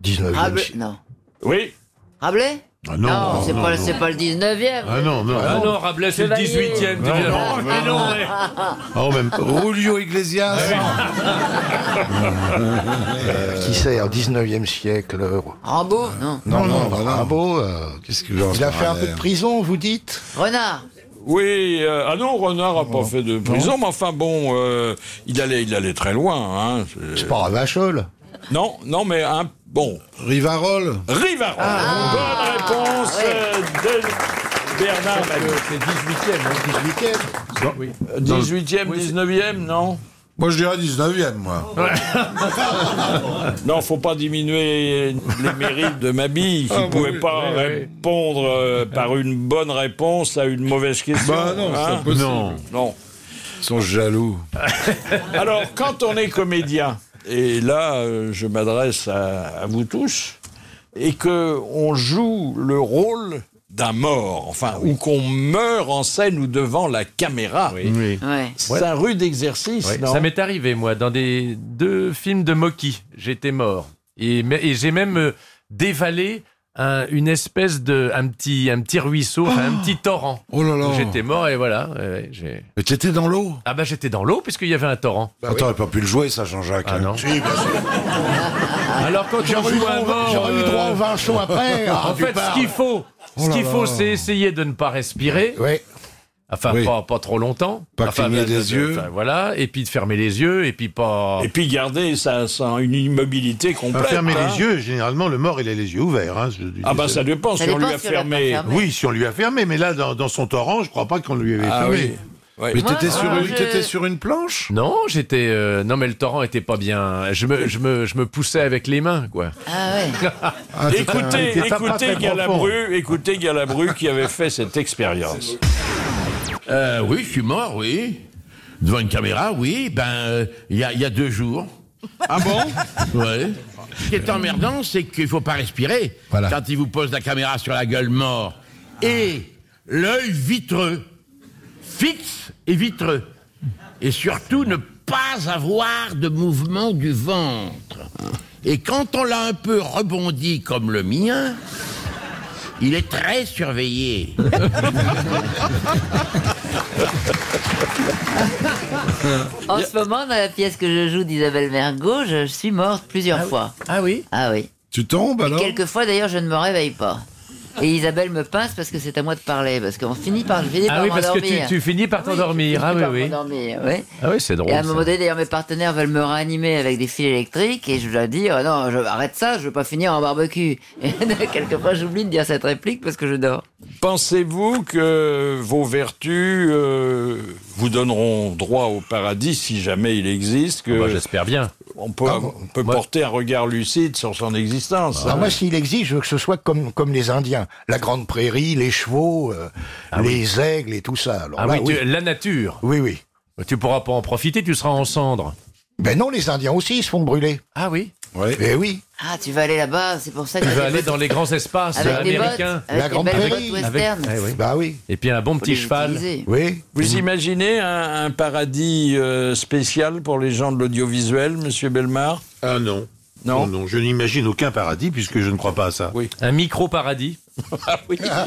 S9: 19
S7: Rabelais, Ah, non.
S2: Oui.
S7: Rabelais
S4: Ah
S7: non,
S4: non,
S7: c'est
S4: non,
S7: pas,
S4: non.
S7: c'est pas le 19e.
S4: Ah non, non.
S5: Ah non, Rabelais, c'est le
S7: Chevalier.
S5: 18e, tu
S4: Non,
S5: viens.
S4: non, mais non, mais- Ah, en même temps.
S6: Julio Iglesias.
S9: Euh, Qui sait, au 19e siècle. euh,
S7: Rambo Non.
S9: Non, non, Rimbaud, euh, Il a fait un peu
S2: hein
S9: de prison, vous dites
S7: Renard
S2: Oui, euh, ah non, Renard n'a pas fait de prison, mais enfin bon, euh, il, allait, il allait très loin. Hein, c'est
S9: pas Ravachol
S2: Non, non, mais un bon.
S6: Rivarol
S2: Rivarol Bonne réponse euh, de Bernard
S5: C'est 18e,
S2: 18e.
S6: Oui.
S2: 18e, 19e, non
S6: Moi, je dirais 19e, moi.
S2: Non, faut pas diminuer les mérites de Mabille, qui
S6: Ah,
S2: ne
S6: bah
S2: pouvait
S6: oui,
S2: pas
S6: oui, oui.
S2: répondre euh, par une bonne réponse à une mauvaise question.
S6: Bah non, c'est
S2: hein.
S6: impossible.
S2: Non. non.
S6: Ils sont jaloux.
S2: Alors, quand on est comédien, et là, euh, je m'adresse à, à vous tous, et que on joue le rôle d'un mort, enfin, ou qu'on meurt en scène ou devant la caméra, c'est un rude exercice,
S5: Ouais,
S2: non
S5: Ça m'est arrivé, moi, dans des deux films de Moki. J'étais mort. Et, me- et j'ai même euh, dévalé un- une espèce de. un petit, un petit ruisseau, enfin, un petit torrent.
S6: Oh là là.
S5: Donc J'étais mort et voilà. ouais, ouais, j'ai-
S6: Mais t'étais dans l'eau
S5: ah bah j'étais dans l'eau puisqu'il y avait un torrent.
S6: Attends, t'aurais pas pu le jouer, ça, Jean-Jacques.
S5: Ah
S6: hein.
S5: non.
S6: Si, bien sûr.
S5: Alors quand on
S14: J'aurais eu
S5: joue
S14: droit
S5: un
S14: au-
S5: mort,
S14: j'aurais eu droit au vin chaud après.
S6: hein,
S14: Ah,
S5: en fait,
S14: putain.
S5: ce qu'il faut,
S14: Oh
S5: ce
S14: là
S5: qu'il
S14: là.
S5: faut, c'est essayer de ne pas respirer. Enfin,
S6: Oui.
S5: pas, pas trop longtemps.
S6: Pas
S5: enfin,
S6: cligner
S5: de- de-
S6: des
S5: de-
S6: yeux.
S5: enfin, voilà, et puis de fermer les yeux, et puis pas.
S2: Et puis garder ça, ça, une immobilité complète.
S4: Fermer
S2: hein.
S4: les yeux, généralement, le mort, il a les yeux ouverts. hein, je-
S2: Ah bah ça dépend,
S7: Ça
S2: si on
S7: dépend
S2: lui a
S7: si on l'a pas
S2: fermé.
S7: fermé.
S4: Oui, si on lui a fermé, mais là, dans, dans son torrent, je crois pas qu'on lui avait
S2: Ah
S4: fermé.
S2: oui. Ouais.
S6: Mais
S7: Moi,
S6: t'étais sur,
S7: moi,
S6: une-
S7: je-
S6: t'étais sur une planche
S5: Non, j'étais. euh, non, mais le torrent était pas bien. Je me, je me, je me poussais avec les mains, quoi.
S7: Ah ouais.
S2: Écoutez,
S4: t'étais pas
S2: écoutez
S4: très
S2: Galabru, écoutez Galabru qui avait fait cette expérience.
S16: Euh, oui, je suis mort, oui. Devant une caméra, oui. Ben, euh, il y, a, il y a deux jours.
S2: Ah bon
S16: Ouais. Ce qui est emmerdant, c'est qu'il faut pas respirer quand il vous pose la caméra sur la gueule mort. Et l'œil vitreux, fixe et vitreux. Et surtout, ne pas avoir de mouvement du ventre. Et quand on l'a un peu rebondi comme le mien, il est très surveillé.
S7: En ce moment, dans la pièce que je joue d'Isabelle Mergo, je suis morte plusieurs fois.
S5: Ah oui
S7: Ah oui.
S6: Tu tombes alors
S7: Quelquefois, d'ailleurs, je ne me réveille pas. Et Isabelle me pince parce que c'est à moi de parler, parce qu'on finit par, je finis
S5: Ah
S7: par
S5: oui, parce que tu,
S7: m'endormir.
S5: tu finis par t'endormir. Ah oui,
S7: par
S5: oui.
S7: m'endormir, oui.
S5: Ah oui, c'est drôle.
S7: Et à un moment
S5: ça.
S7: donné, d'ailleurs, mes partenaires veulent me réanimer avec des fils électriques et je dois dire Ah non, je, arrête ça, je veux pas finir en barbecue. Et quelquefois, j'oublie de dire cette réplique parce que je dors.
S2: Pensez-vous que vos vertus euh, vous donneront droit au paradis si jamais il existe que
S5: Bah, J'espère bien.
S2: On
S16: Ah,
S2: peut, on peut porter un regard lucide sur son existence. hein.
S9: Alors moi, s'il existe, je veux que ce soit comme, comme les Indiens. La grande prairie, les chevaux, euh, les aigles et tout ça. Alors
S5: Ah
S9: là,
S5: oui, tu-
S9: oui.
S5: la nature.
S9: oui, oui.
S5: Tu pourras pas en profiter, tu seras en cendres.
S9: Ben non, les Indiens aussi, ils se font brûler.
S5: Ah oui
S6: Ouais.
S9: Eh oui.
S7: Ah, tu vas aller là-bas, c'est pour ça que
S5: Tu
S7: t'as
S5: vas
S7: des
S5: aller
S7: bottes-
S5: dans les grands espaces
S7: avec des bottes,
S5: américains.
S7: avec des belles bottes western.
S5: Avec- eh oui.
S9: Bah oui.
S5: Et puis un bon
S7: Faut
S5: petit
S7: les
S5: cheval.
S7: utiliser.
S9: Oui.
S2: Vous imaginez un, un paradis euh, spécial pour les gens de l'audiovisuel, Monsieur Belmar
S4: Ah non.
S2: Non.
S4: Non, non, je n'imagine aucun paradis puisque je ne crois pas à ça.
S2: Oui.
S5: Un micro-paradis.
S2: Ah oui.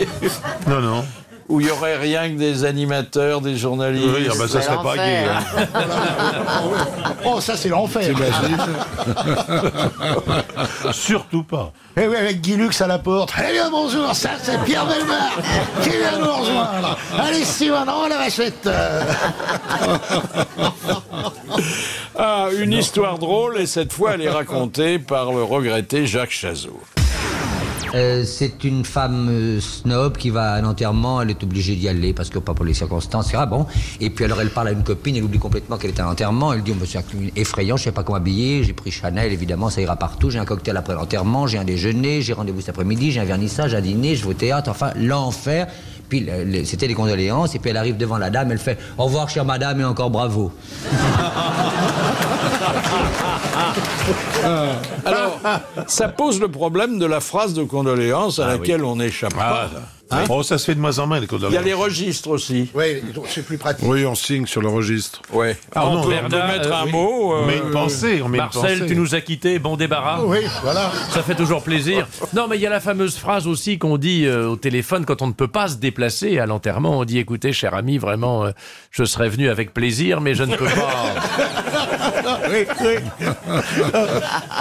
S4: Non, non.
S2: Où il y aurait rien que des animateurs, des journalistes.
S4: Oui, ah bah, ça serait pas gay. hein.
S9: Oh, ça, c'est l'enfer.
S4: Surtout pas.
S9: Eh oui, avec Guy Lux à la porte. Eh bien, bonjour, ça, c'est Pierre Belmar qui vient nous rejoindre. Allez, si maintenant, la vachette. euh.
S4: hein.
S2: Ah, une histoire drôle, et cette fois, elle est racontée par le regretté Jacques Chazot.
S17: Euh, c'est une femme euh, snob qui va à un enterrement, elle est obligée d'y aller parce que pas pour les circonstances, etc. Bon, et puis alors elle parle à une copine, elle oublie complètement qu'elle est à l'enterrement, elle dit oh, bah, c'est effrayant, je sais pas comment habiller, j'ai pris Chanel, évidemment ça ira partout, j'ai un cocktail après l'enterrement, j'ai un déjeuner, j'ai rendez-vous cet après-midi, j'ai un vernissage, un dîner, je vais au théâtre, enfin l'enfer. Puis le- le- c'était les condoléances, et puis elle arrive devant la dame, elle fait Au revoir, chère madame, et encore bravo.
S2: Ah. Alors, ça pose le problème de la phrase de condoléances à laquelle on n'échappe pas. Hein
S4: Oh, Ah ça se fait de moins en moins, les
S2: Il y a
S4: condoléances.
S2: les registres aussi.
S14: Oui, c'est plus pratique.
S6: Oui, on signe sur le registre.
S2: Ouais.
S4: Ah
S2: on
S4: non,
S2: peut,
S4: Bernard,
S2: on peut mettre
S4: euh,
S2: un
S4: oui.
S2: mot.
S4: On met une pensée, on met une
S5: Marcel,
S4: pensée.
S5: tu nous as quittés, bon débarras.
S14: Oui, voilà.
S5: Ça fait toujours plaisir. Non, mais il y a la fameuse phrase aussi qu'on dit euh, au téléphone quand on ne peut pas se déplacer à l'enterrement. On dit écoutez, cher ami, vraiment, euh, je serais venu avec plaisir, mais je ne peux pas.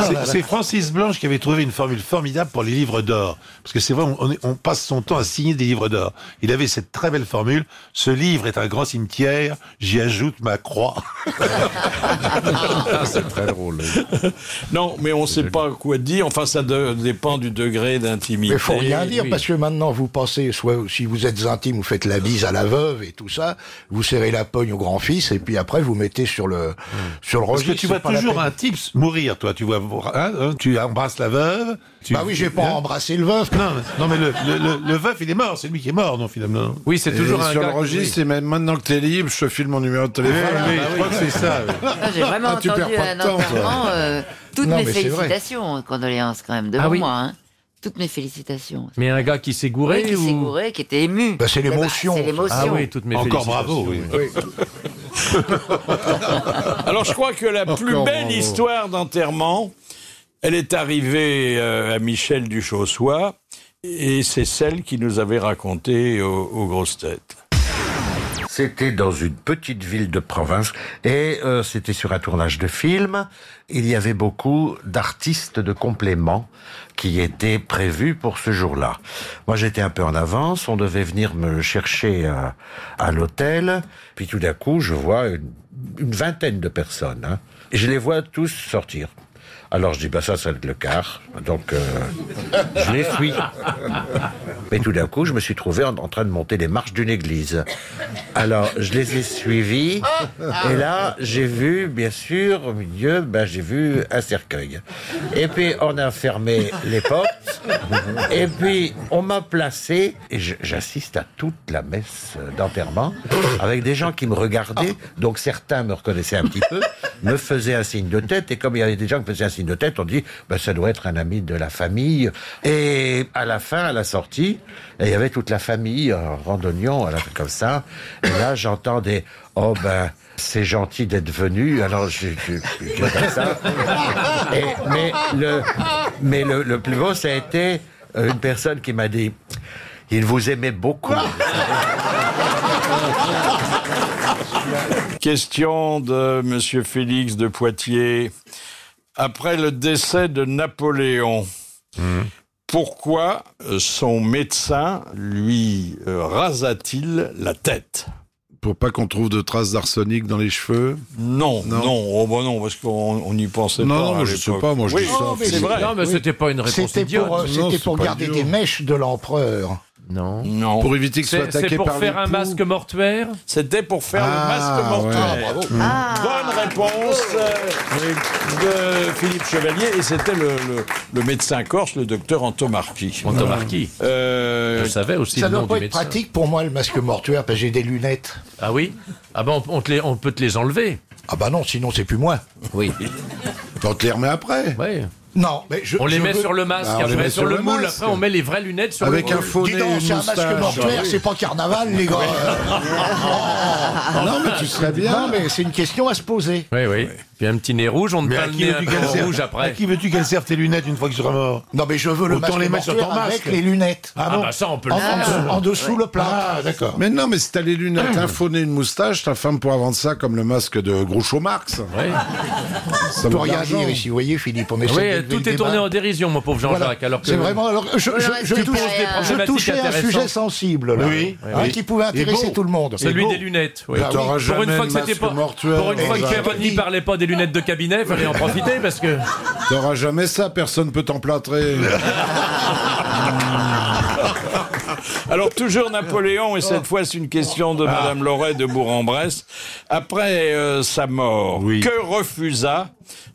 S4: C'est- C'est Francis Blanche qui avait trouvé une formule formidable pour les livres d'or. Parce que c'est vrai, on- on, est- on passe son temps à signer des livres d'or. Il avait cette très belle formule. Ce livre est un grand cimetière, j'y ajoute ma croix. Ah,
S2: c'est très drôle. non, mais on ne sait pas quoi dire. Enfin, ça de- dépend du degré d'intimité.
S14: Mais faut rien dire
S2: Oui.
S14: parce que maintenant vous pensez, soit si vous êtes intime, vous faites la bise à la veuve et tout ça, vous serrez la pogne au grand-fils et puis après vous mettez sur le
S5: Hmm.
S14: sur le
S4: Parce
S14: registre.
S4: que tu vas
S14: c'est pas la
S4: toujours
S14: peine.
S4: un tips mourir, toi. Tu vois, hein, hein, tu embrasses la veuve. Tu,
S14: Bah oui, j'ai pas
S4: embrassé le veuf. Non, non mais le, le, le- le veuf, il est mort. C'est lui qui est mort, non, finalement.
S5: Oui,
S6: Et sur le registre, et même maintenant que t'es libre, je te file mon numéro de téléphone.
S4: Oui, oui, je crois que c'est ça, oui.
S7: Ah, J'ai vraiment
S6: Ah, tu perds
S7: entendu
S6: pas
S7: un
S6: de temps, toi.
S7: enterrement. euh, toutes
S5: Non,
S7: mes
S5: mais c'est vrai.
S7: félicitations, condoléances quand même, de
S5: Ah oui.
S7: moi. hein. Toutes mes félicitations.
S5: mais un gars qui s'est gouré
S7: Oui, qui
S5: ou
S7: s'est gouré, qui était ému.
S5: Bah, c'est
S7: Eh ben,
S5: l'émotion.
S7: c'est l'émotion.
S5: Ah oui, toutes mes Encore bravo,
S2: Alors, je crois que la plus
S5: Encore
S2: belle
S5: bravo.
S2: histoire d'enterrement, elle est arrivée euh, à Michel Duchossois, et c'est celle qui nous avait raconté aux, aux grosses têtes.
S18: C'était dans une petite ville de province et euh, c'était sur un tournage de film. Il y avait beaucoup d'artistes de complément qui étaient prévus pour ce jour-là. Moi, j'étais un peu en avance. On devait venir me chercher euh, à l'hôtel. Puis tout d'un coup, je vois une, une vingtaine de personnes. hein. Et je les vois tous sortir. Alors je dis, bah ça, ça va être le quart. Donc, euh, je les fuis. Mais tout d'un coup, je me suis trouvé en, en train de monter les marches d'une église. Alors, je les ai suivis. Et là, j'ai vu, bien sûr, au milieu, ben, j'ai vu un cercueil. Et puis, on a fermé les portes. Et puis, on m'a placé. Et je- j'assiste à toute la messe d'enterrement avec des gens qui me regardaient. Donc, certains me reconnaissaient un petit peu, me faisaient un signe de tête. Et comme il y avait des gens qui faisaient un signe de tête, on dit, ben, ça doit être un ami de la famille. Et à la fin, à la sortie, il y avait toute la famille en randonnion, à la- comme ça. Et là, j'entends des, oh ben, c'est gentil d'être venu. Alors, je, je, je- je- comme ça. Et- Eh, mais le, mais le, le plus beau, ça a été euh, une personne qui m'a dit, il vous aimait beaucoup.
S2: Question de Monsieur Félix de Poitiers. Après le décès de Napoléon, pourquoi euh, son médecin lui euh, rasa-t-il la tête
S6: Pour pas qu'on trouve de traces d'arsenic dans les cheveux.
S14: Hmm.
S2: Non, non, oh, bah non parce qu'on on y pensait
S6: Non,
S2: pas.
S6: non,
S2: à
S6: moi, je
S2: l'époque.
S6: sais pas, moi, je
S2: Oui, Oh,
S6: dis ça.
S2: c'est
S6: Oui.
S2: vrai.
S6: Non, mais
S2: Oui.
S6: c'était pas une réponse
S14: C'était pour, euh,
S6: Non,
S14: c'était
S6: c'est
S14: pour
S6: pas
S14: garder
S6: idiot.
S14: des mèches de l'empereur.
S5: Non.
S2: Non.
S6: Pour éviter qu'il soit
S5: C'est-
S6: attaqué
S5: C'est pour
S6: par
S5: faire
S6: les Ah,
S5: un
S6: poux.
S5: masque mortuaire
S2: C'était pour faire le masque
S14: Ah,
S5: Ah,
S2: Ah, mortuaire.
S7: Ah.
S2: Bonne réponse
S14: Oh.
S2: euh, de Philippe Chevalier et c'était le, le- le médecin corse, le docteur Antomarchi.
S5: Antomarchi.
S2: Euh,
S5: Je savais aussi
S14: Ça
S5: le nom
S14: doit pas
S5: du
S14: être
S5: médecin.
S14: pratique pour moi le masque mortuaire parce que j'ai des lunettes.
S5: Ah oui Ah ben on, on te les- on peut te les enlever.
S14: Ah bah non, sinon c'est plus moi.
S5: Oui.
S6: On te les remet après.
S5: Ouais.
S14: Non, mais je,
S5: on les
S14: je
S5: met
S14: veux-
S5: sur le masque,
S14: Ah, on les
S5: après
S14: met
S5: sur le moule,
S14: masque.
S5: après on met les vraies lunettes sur
S6: Avec
S5: le
S6: un
S5: moule.
S6: faux
S14: Dis donc, c'est un masque mortuaire, c'est pas carnaval, les gars.
S6: non, mais tu serais bien.
S14: Non, mais c'est une question à se poser.
S5: Oui, oui. Puis un petit nez rouge, on te
S4: Mais à
S5: peint le
S4: qui
S5: nez un
S4: veux-tu qu'elle
S5: peu
S4: serve-
S5: rouge
S4: à
S5: après.
S4: qui veux-tu qu'elle serve tes lunettes une fois que tu seras mort
S14: Non, mais je veux le
S4: Autant
S14: masque
S4: les mettre sur ton
S14: mortuaire
S4: masque.
S14: avec les lunettes.
S4: Ah
S5: Ah
S4: bon
S5: bah ça, on peut
S14: En,
S5: le
S14: en
S5: faire.
S14: dessous, en dessous, le plat.
S4: Ah, d'accord.
S6: Mais non, mais si t'as les lunettes, un faux nez, une moustache, ta femme pourra vendre ça comme le masque de Groucho Marx. Ça
S14: On peut
S6: vaut de
S14: rien
S6: l'argent.
S14: dire ici, vous voyez, Philippe, on essaie
S5: Oui,
S14: d'élever le
S5: tout est
S14: débat.
S5: tourné en dérision, mon pauvre Jean-Jacques.
S14: Voilà.
S5: Alors que
S14: C'est vraiment. Alors, je, je, je,
S5: Tu
S14: touche-
S5: poses des
S14: je
S5: problématiques
S14: touchais un
S5: intéressantes.
S14: sujet sensible, là,
S5: Oui,
S14: hein,
S5: oui.
S14: qui pouvait
S5: Et
S14: intéresser
S5: beau.
S14: tout le monde.
S5: Celui des lunettes. oui.
S6: Mais t'auras
S5: Pour
S6: jamais
S5: une fois que
S6: le
S5: c'était
S6: masque
S5: pas,
S6: mortuaire,
S5: pour une fois que
S6: Jean-Jacques.
S5: Péroni parlait pas des lunettes de cabinet, fallait en profiter parce que.
S6: T'auras jamais ça, personne peut t'emplâtrer.
S2: Alors toujours Napoléon, et
S14: Oh.
S2: cette fois c'est une question
S5: Ah.
S2: de Madame Loret de Bourg-en-Bresse. Après euh, sa mort, que refusa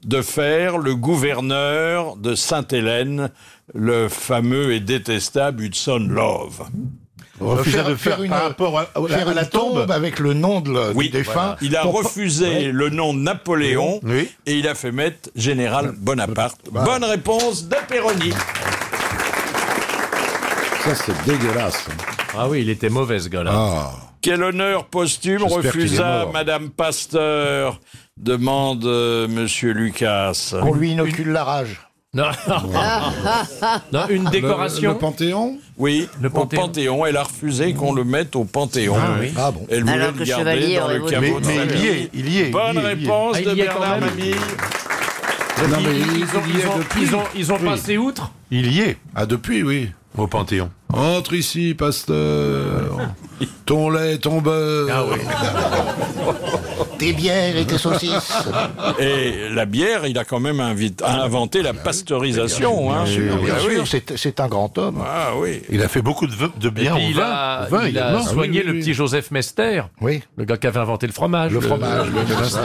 S2: de faire le gouverneur de Sainte-Hélène, le fameux et détestable Hudson Love
S4: refusa
S14: faire-
S4: de faire,
S14: faire une-
S4: par rapport à, à la-
S14: faire
S4: à la
S14: une tombe
S4: tombe
S14: avec le nom de le-
S2: Oui,
S14: Euh, du défunt.
S2: voilà. il a
S14: pour-
S2: refusé
S14: Ouais.
S2: le nom de Napoléon et il a fait mettre général Bonaparte. Bonne réponse d'Apéroni.
S6: Ça, c'est dégueulasse.
S5: Ah oui, il était mauvais ce gars-là.
S2: Quel honneur posthume
S5: J'espère qu'il est
S2: refusa
S5: mort.
S2: Madame Pasteur demande euh, Monsieur Lucas.
S14: On lui inocule la rage.
S5: Non. Non, une décoration.
S2: Le, Panthéon Oui, le Panthéon. au Panthéon. Elle a refusé qu'on le mette au Panthéon.
S14: Ah oui. Ah bon.
S2: Elle voulait
S14: Alors
S2: le
S14: que
S2: garder
S14: Chevalier
S2: dans le
S14: aurait voulu.
S2: caveau de
S14: Mais-
S2: sa
S14: mais il y
S2: mère.
S14: est, il y est,
S2: Bonne
S14: il y est, il y est.
S2: réponse
S14: Ah, il
S2: de
S14: y est quand
S2: Bernard
S14: même.
S2: Mamie.
S5: Non, mais ils- ils ont- ils ont- ils ont- ils ont passé outre
S4: Il y est.
S6: Ah, depuis, oui.
S4: au Panthéon.
S6: Entre ici, pasteur. ton lait, ton beurre. Ah oui.
S14: Tes bières et tes saucisses.
S2: Et la bière, il a quand même invité- a inventé la pasteurisation. hein.
S14: Bien sûr, bien
S2: Ah oui.
S14: sûr, c'est- c'est un grand homme.
S2: Ah oui.
S4: Il a fait beaucoup de, v- de Eh bien
S5: Et puis
S4: au
S5: il
S4: vin.
S5: a,
S4: Au vin
S5: il a
S4: également.
S5: soigné
S4: Ah Oui, oui,
S5: le
S4: oui.
S5: petit Joseph Mester,
S14: oui.
S5: le gars qui avait inventé le fromage.
S14: Le fromage, oui, c'est ça.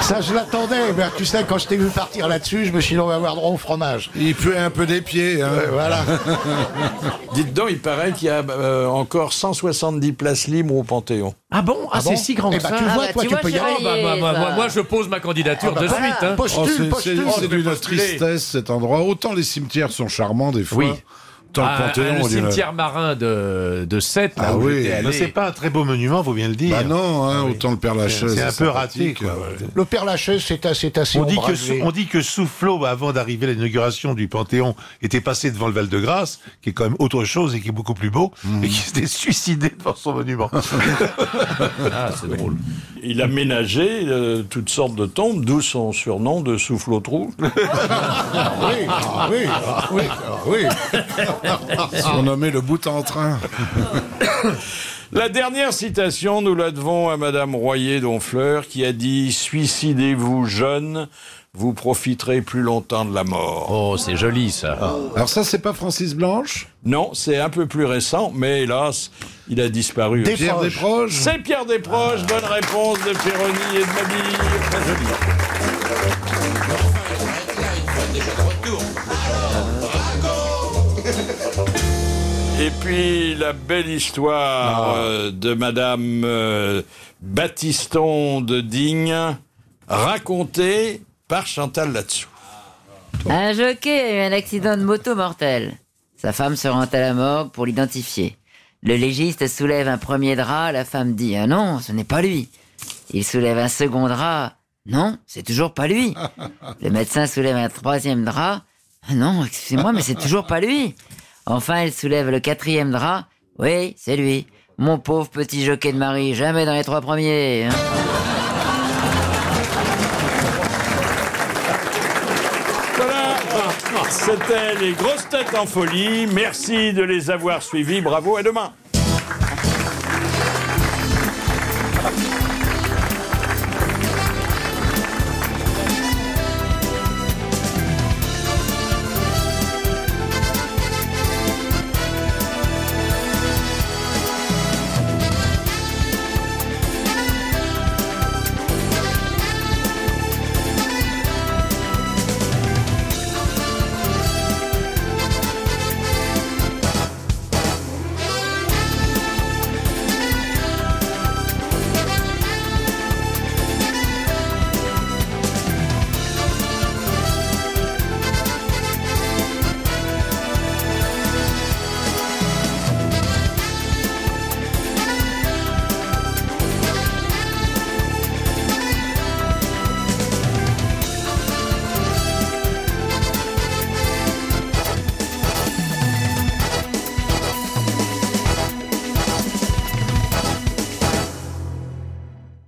S14: Ça, je l'attendais. Ben, tu sais, quand je t'ai vu partir là-dessus, je me suis dit, on va avoir droit au fromage.
S6: Il puait un peu des pieds. hein.
S14: voilà.
S2: Ah Dites donc, il paraît qu'il y a euh, encore 170 places libres au Panthéon.
S5: Ah bon Ah,
S2: Ah
S5: c'est
S2: bon
S5: si grand
S2: Eh
S5: que
S2: ben,
S5: ça
S2: tu vois, Ah bah, toi, tu tu vois, peux y aller.
S5: Oh, bah, bah, bah,
S2: ça.
S5: moi, moi, je pose ma candidature
S6: Ah
S5: de
S6: bah voilà.
S5: suite. hein.
S6: Oh, c'est- c'est- C'est d'une tristesse cet endroit. Autant les cimetières sont charmants des fois.
S5: Oui.
S6: Tant
S5: Ah,
S6: le Panthéon,
S5: le
S6: on dirait-
S5: cimetière marin de, de Sète, là
S6: Ah
S5: où
S6: oui.
S5: j'étais allé. Ah
S6: Mais c'est
S4: pas un très beau monument, faut bien le dire.
S6: Bah non, hein, autant le Père Lachaise.
S4: C'est un peu raté,
S6: sympathique,
S4: quoi.
S6: ouais.
S14: Le Père Lachaise, c'est assez, c'est assez
S4: On dit, que,
S14: ombragé.
S4: Sou- on dit que Soufflot, bah, avant d'arriver à l'inauguration du Panthéon, était passé devant le Val-de-Grâce, qui est quand même autre chose et qui est beaucoup plus beau, et qui s'était suicidé devant son monument.
S5: Ah, c'est drôle.
S2: Il a ménagé euh, toutes sortes de tombes, d'où son surnom de souffle au trou.
S6: oui, ah oui, ah oui, ah oui. Surnommé le bout en train.
S2: La dernière citation, nous la devons à Madame Royer-Donfleur qui a dit Suicidez-vous jeune, vous profiterez plus longtemps de la mort.
S5: Oh, c'est joli ça.
S6: Ah. Alors, ça, c'est pas Francis Blanche
S2: Non, c'est un peu plus récent, mais hélas, il a disparu.
S6: Desproges. Pierre Desproges
S2: C'est Pierre Desproges, bonne réponse de Péroni et de Mabille. Très joli. Et puis la belle histoire
S6: Ah.
S2: euh, de Madame euh, Baptiston de Digne, racontée par Chantal là-dessous.
S7: Un jockey a eu un accident de moto mortel. Sa femme se rend à la morgue pour l'identifier. Le légiste soulève un premier drap, la femme dit Ah non, ce n'est pas lui. Il soulève un second drap, non, c'est toujours pas lui. Le médecin soulève un troisième drap, Ah non, excusez-moi, mais c'est toujours pas lui. Enfin, il soulève le quatrième drap, oui, c'est lui. Mon pauvre petit jockey de Marie, jamais dans les trois premiers. hein.
S2: Voilà, c'était les grosses têtes en folie. Merci de les avoir suivis. Bravo, à demain.